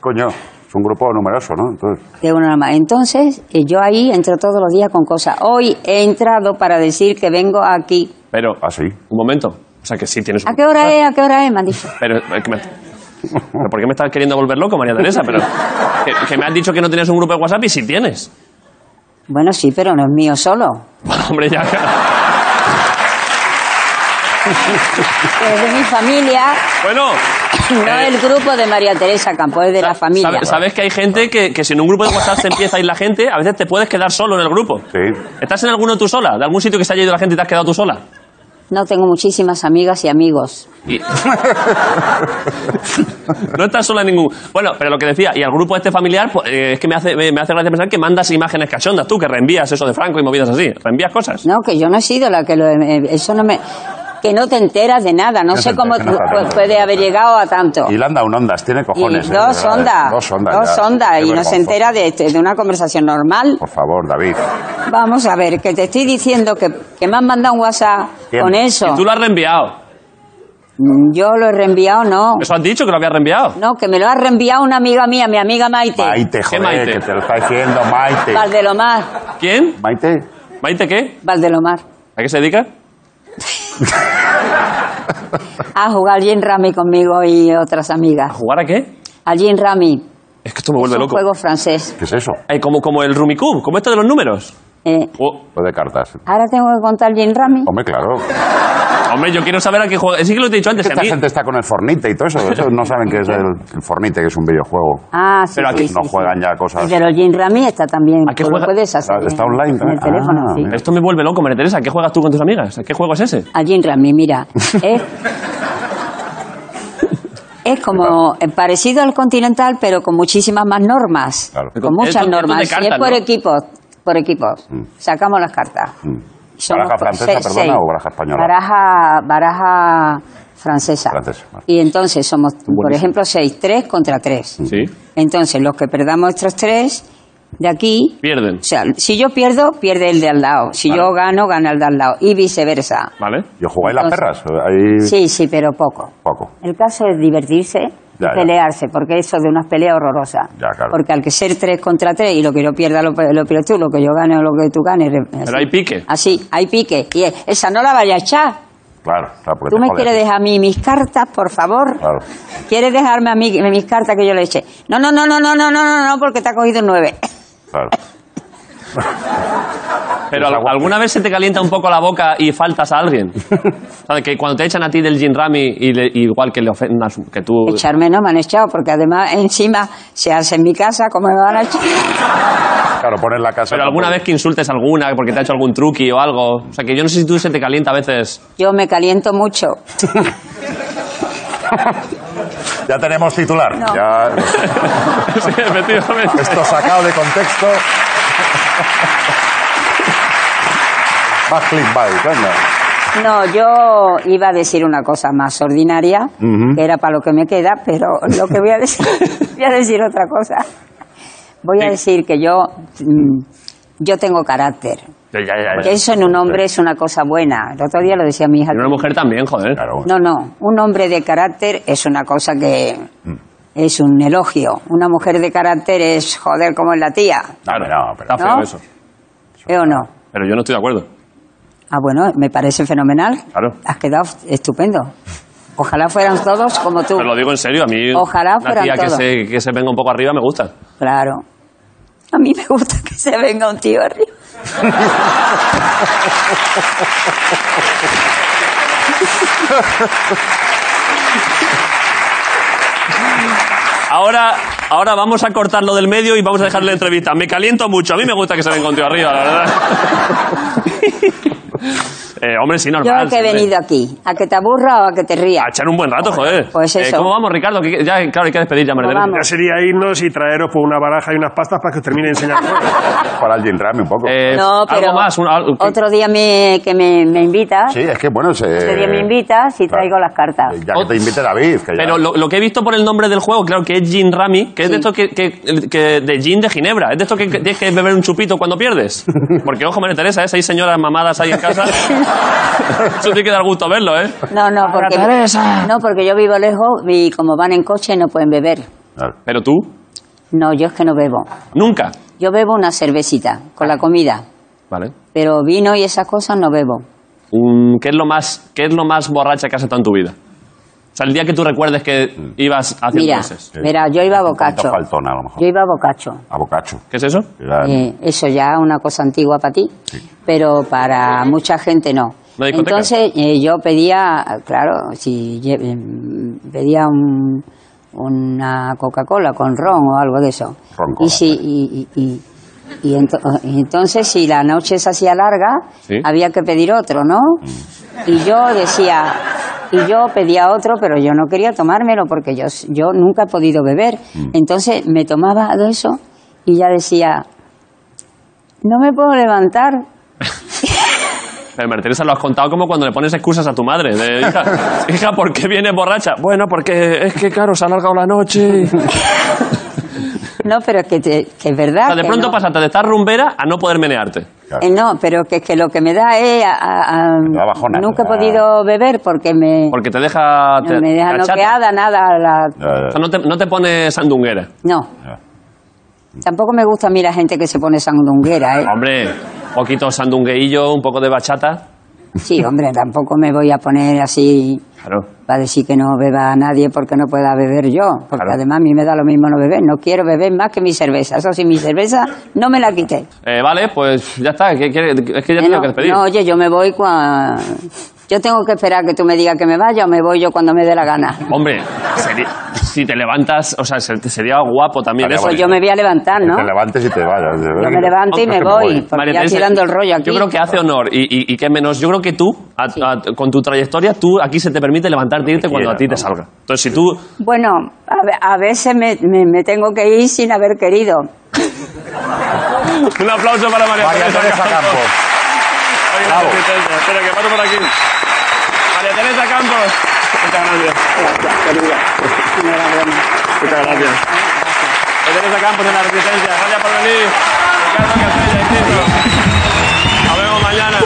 H: Coño, es un grupo numeroso, ¿no? Entonces,
U: De una nada más. Entonces, eh, yo ahí entro todos los días con cosas. Hoy he entrado para decir que vengo aquí.
A: Pero...
H: Así.
A: Un momento. O sea, que sí tienes... un-
U: ¿A qué hora es? ¿A qué hora es? Me han dicho.
A: Pero, eh, que me- ¿Pero ¿por qué me estás queriendo volver loco, María Teresa? Pero que, que me has dicho que no tienes un grupo de WhatsApp y sí tienes.
U: Bueno, sí, pero no es mío solo.
A: Bueno, hombre, ya...
U: Es de mi familia,
A: Bueno,
U: no
A: eh,
U: el grupo de María Teresa Campos, es de la familia.
A: Sabe- Sabes que hay gente que, que si en un grupo de WhatsApp se empieza a ir la gente, a veces te puedes quedar solo en el grupo. ¿Estás en alguno tú sola? ¿De algún sitio que se haya ido la gente y te has quedado tú sola?
U: No tengo muchísimas amigas y amigos.
A: Y- no estás sola en ningún... Bueno, pero lo que decía, y al grupo este familiar, pues, eh, es que me hace, me, me hace gracia pensar que mandas imágenes cachondas tú, que reenvías eso de Franco y movidas así. Reenvías cosas.
U: No, que yo no he sido la que lo... eh, Eso no me... Que no te enteras de nada. No
H: No
U: sé
H: te
U: cómo
H: enteras,
U: tú-
H: no te
U: pu-
H: enteras.
U: puede haber llegado a tanto.
H: y le han dado un ondas, tiene cojones.
U: Y
H: ¿eh?
U: dos
H: De verdad,
U: ondas.
H: Dos ondas.
U: Dos
H: ya.
U: ondas,
H: Qué
U: Y no
H: vergonzoso.
U: se entera de, esto, de una conversación normal.
H: Por favor, David.
U: Vamos a ver, que te estoy diciendo que, que me han mandado un WhatsApp
H: Bien.
U: con eso.
A: Y tú lo has reenviado.
U: Mm, Yo lo he reenviado, no.
A: Eso has dicho que lo habías reenviado.
U: No, que me lo ha reenviado una amiga mía, mi amiga Maite.
H: Maite, joder,
A: Maite?
H: que te lo está diciendo Maite.
U: Valdelomar.
A: ¿Quién?
H: Maite.
A: ¿Maite qué?
U: Valdelomar.
A: ¿A qué se dedica?
U: A jugar Gin Rami conmigo y otras amigas.
A: ¿Jugar a qué?
U: Al Gin Rami.
A: Es que esto me vuelve
U: es un
A: loco.
U: juego francés.
H: ¿Qué es eso?
A: Eh, como, como el Rumicube, como esto de los números.
U: Eh,
A: Oh,
H: Lo de cartas.
U: ahora tengo que contar Gin Rami.
H: Hombre, claro.
A: hombre, yo quiero saber a qué juega. Sí que lo te he dicho antes.
H: Es que
A: que a
H: esta
A: mí-
H: gente está con el Fornite y todo eso. eso no saben qué es el, el Fornite, que es un videojuego.
U: Ah, sí,
H: Pero
U: sí,
H: aquí
U: sí,
H: no
U: sí.
H: juegan ya cosas.
U: Y Pero el Gin Rami está también.
A: ¿A qué
U: tú lo
A: juega?
U: puedes hacer.
H: Está
U: en-
H: online
U: En
H: también.
U: el teléfono,
H: Ah,
U: sí.
H: mira.
A: Esto me vuelve loco, María Teresa. ¿A ¿Qué juegas tú con tus amigas? ¿A ¿Qué juego es ese?
U: Al Gin Rami, mira. Es, es como eh, parecido al Continental, pero con muchísimas más normas.
H: Claro.
U: Con
H: Es-
U: muchas
H: es de
U: normas. y
H: cartas,
U: es por
H: ¿no?
U: equipos. Por equipos. Sacamos las cartas. Somos
H: Mm. ¿Baraja
U: por-
H: francesa,
U: seis-
H: perdona,
U: seis.
H: o baraja española?
U: Baraja, baraja francesa.
H: Francesa, vale.
U: Y entonces somos, por ejemplo, seis, tres contra tres.
H: Mm.
A: Sí.
U: Entonces, los que perdamos estos tres de aquí,
A: Pierden.
U: o sea, si yo pierdo, pierde el de al lado. Si yo gano, gana el de al lado. Y viceversa.
A: ¿Vale?
H: ¿Yo jugáis las perras?
U: Entonces-
H: Ahí
U: Sí, sí, pero poco.
H: poco.
U: El caso es divertirse y
H: Ya, ya.
U: pelearse, porque eso de unas peleas horrorosas.
H: Ya, claro.
U: Porque al que ser tres contra tres y lo que yo pierda lo, pe- lo pierdes tú, lo que yo gane o lo que tú ganes. re-
A: Pero hay pique.
U: Así, hay pique. Y es- esa no la vaya a echar.
H: Claro, claro.
U: Tú
H: porque te
U: me
H: jode.
U: quieres dejar a mí mis cartas, por favor.
H: Claro.
U: ¿Quieres dejarme a mí mis cartas que yo le eche? No, no, no, no, no, no, no, no, no, porque te ha cogido un nueve.
H: Claro.
A: Pero al- alguna vez se te calienta un poco la boca y faltas a alguien. ¿Sabes? Que cuando te echan a ti del Gin Rami y le- igual que le ofendas, que tú.
U: Echarme no me han echado, porque además encima se hace en mi casa, como me van a echar?
H: Claro, poner la casa.
A: Pero alguna vez que insultes a alguna porque te ha hecho algún truqui o algo. O sea, que yo no sé si tú se te calienta a veces.
U: Yo me caliento mucho.
H: Ya tenemos titular.
U: No.
H: Ya...
A: sí, efectivamente.
H: Esto sacado de contexto. Más clickbait, venga.
U: No, yo iba a decir una cosa más ordinaria,
H: Ujú.
U: que era para lo que me queda, pero lo que voy a decir, voy a decir otra cosa. Voy a decir que yo, mm, yo tengo carácter.
A: Ya, ya, ya.
U: Que eso en un hombre es una cosa buena. El otro día lo decía mi hija.
A: En una mujer también, joder.
U: No, no. Un hombre de carácter es una cosa que
A: Mm.
U: es un elogio. Una mujer de carácter es joder como es la tía.
A: Claro, no, pero está
U: ¿No?
A: feo eso.
U: ¿Eh o no?
A: Pero yo no estoy de acuerdo.
U: Ah, bueno, me parece fenomenal.
A: Claro.
U: Has quedado estupendo. Ojalá fueran todos como tú.
A: Te lo digo en serio, a mí
U: Ojalá
A: una
U: fueran
A: tía que
U: todos.
A: se, que se venga un poco arriba me gusta.
U: Claro. A mí me gusta que se venga un tío arriba.
A: Ahora, ahora vamos a cortar lo del medio y vamos a dejar la entrevista. Me caliento mucho, a mí me gusta que se venga un tío arriba, la verdad. Eh, hombre, sí, Ah,
U: Yo
A: normal.
U: a que he
A: siempre.
U: venido aquí, a que te aburra o a que te rías.
A: A echar un buen rato, joder. Eh,
U: Pues eso.
A: ¿Cómo vamos, Ricardo? Que- que- Ya, claro, hay que despedir ya, María del-
B: Ya sería irnos y traeros por una baraja y unas pastas para que os termine de enseñar.
H: Para el Jim Rami un poco.
A: Eh,
U: No, pero otro día me, que me, me invitas,
H: Sí, es que bueno, se... Eh,
U: otro día me invitas y traigo las cartas.
H: Ya que te invite David. Que ya-
A: Pero lo, lo que he visto por el nombre del juego, claro que es Gin Rami, que es de esto que, que- que- de gin de Ginebra. Es de esto que, que tienes que beber un chupito cuando pierdes. Porque, ojo, María Teresa, ¿eh? seis señoras mamadas ahí en casa. Eso tiene que dar gusto verlo, ¿eh?
U: No, no, porque, no, porque yo vivo lejos y como van en coche no pueden beber.
A: Pero tú,
U: No, yo es que no bebo.
A: nunca.
U: Yo bebo una cervecita con la comida,
A: Vale.
U: pero vino y esas cosas no bebo.
A: Mm, ¿Qué es lo más, qué es lo más borracha que has estado en tu vida? O sea, el día que tú recuerdes que ibas haciendo
U: Mira,
A: meses.
U: mira, yo iba a bocacho.
H: Faltona, a lo mejor.
U: Yo iba a bocacho.
H: A bocacho.
A: ¿Qué es eso?
U: Eh, eso ya una cosa antigua para ti, pero para mucha gente no.
A: ¿No hay discoteca?
U: Entonces eh, yo pedía, claro, si lle- em, pedía un- una Coca-Cola con ron o algo de eso.
H: Ron
U: y, si, y, y- y- y ento- ah, y entonces si la noche se hacía larga,
H: Sí.
U: había que pedir otro, ¿no? Y yo decía, y yo pedía otro, pero yo no quería tomármelo porque yo, yo nunca he podido beber.
A: Mm.
U: Entonces me tomaba de eso y ya decía, no me puedo levantar.
A: Pero María Teresa, lo has contado como cuando le pones excusas a tu madre. de, hija, hija, ¿por qué vienes borracha? Bueno, porque es que, claro, se ha alargado la noche. y-
U: No, pero es que, te- que es verdad.
A: O sea, de
U: que
A: pronto
U: no.
A: pasaste de estar rumbera a no poder menearte.
U: Eh, no, pero que, que lo que me da es... a- a- a-
A: bajona,
U: nunca he
A: te da-
U: podido beber porque me,
A: Porque te deja... Te,
U: me deja
A: te achata.
U: noqueada, nada. la-
A: O sea, no te, no te pones sandunguera.
U: no.
H: Ah.
U: Tampoco me gusta a mí la gente que se pone sandunguera,
H: Ah.
U: ¿eh?
A: Hombre, poquito sandungueillo, un poco de bachata.
U: Sí, hombre, tampoco me voy a poner así
A: Claro.
U: para decir que no beba a nadie porque no pueda beber yo. Porque
A: Claro.
U: además a mí me da lo mismo no beber. No quiero beber más que mi cerveza. Eso sí, mi cerveza no me la quité. Eh,
A: Eh, vale, pues ya está. ¿qué quiere- es que ya tengo que despedir.
U: No, oye, yo me voy cuando... Yo tengo que esperar que tú me digas que me vaya o me voy yo cuando me dé la gana.
A: Hombre, sería- si te levantas, o sea, se- sería guapo también eso.
U: Pues yo me voy a levantar, ¿no?
H: Te levantes y te vayas. de
U: Yo
H: verdad.
U: me levanto y me voy. Porque
A: María
U: ya
A: Teresa,
U: estoy dando el rollo aquí.
A: Yo creo que hace honor y, y, y que menos. Yo creo que tú, a- a- con tu trayectoria, tú aquí se te permite levantarte y irte cuando a ti te salga. Entonces, si tú.
U: Bueno, a, ve- a veces me, me- me tengo que ir sin haber querido.
A: Un aplauso para María, Teresa, Campos. Oye,
D: Bravo.
A: María Teresa, espera, que paso por aquí. María Teresa Campos. Muchas gracias. Muchas gracias. María Teresa Campos en la Resistencia. Gracias por venir. Ricardo Castella, éxito. Nos vemos mañana.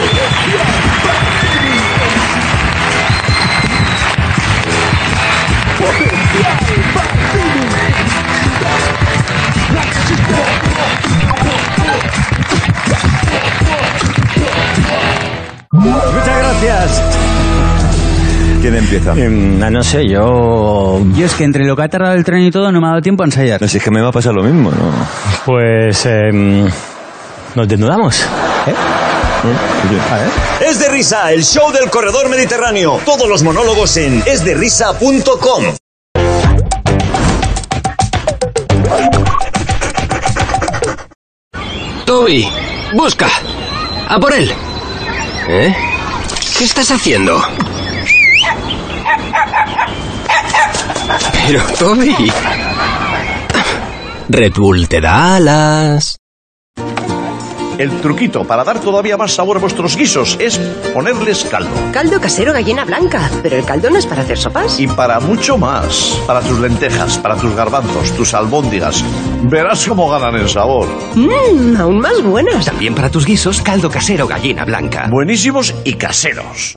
C: Muchas gracias.
E: ¿Quién empieza? Em, no sé, yo... Yo es que entre lo que ha tardado el tren y todo no me ha dado tiempo a ensayar. No, si es que me va a pasar lo mismo, ¿no? Pues... nos desnudamos.
F: Es de risa, el show del corredor mediterráneo. Todos los monólogos en esderisa.com.
I: Toby, busca. A por él. ¿Eh? ¿Qué estás haciendo? Pero, Toby. Red Bull te da alas.
F: El truquito para dar todavía más sabor a vuestros guisos es ponerles caldo.
C: Caldo casero gallina blanca, pero el caldo no es para hacer sopas.
F: Y para mucho más, para tus lentejas, para tus garbanzos, tus albóndigas, verás cómo ganan en sabor.
C: Mmm, aún más buenas.
K: También para tus guisos, caldo casero gallina blanca.
F: Buenísimos y caseros.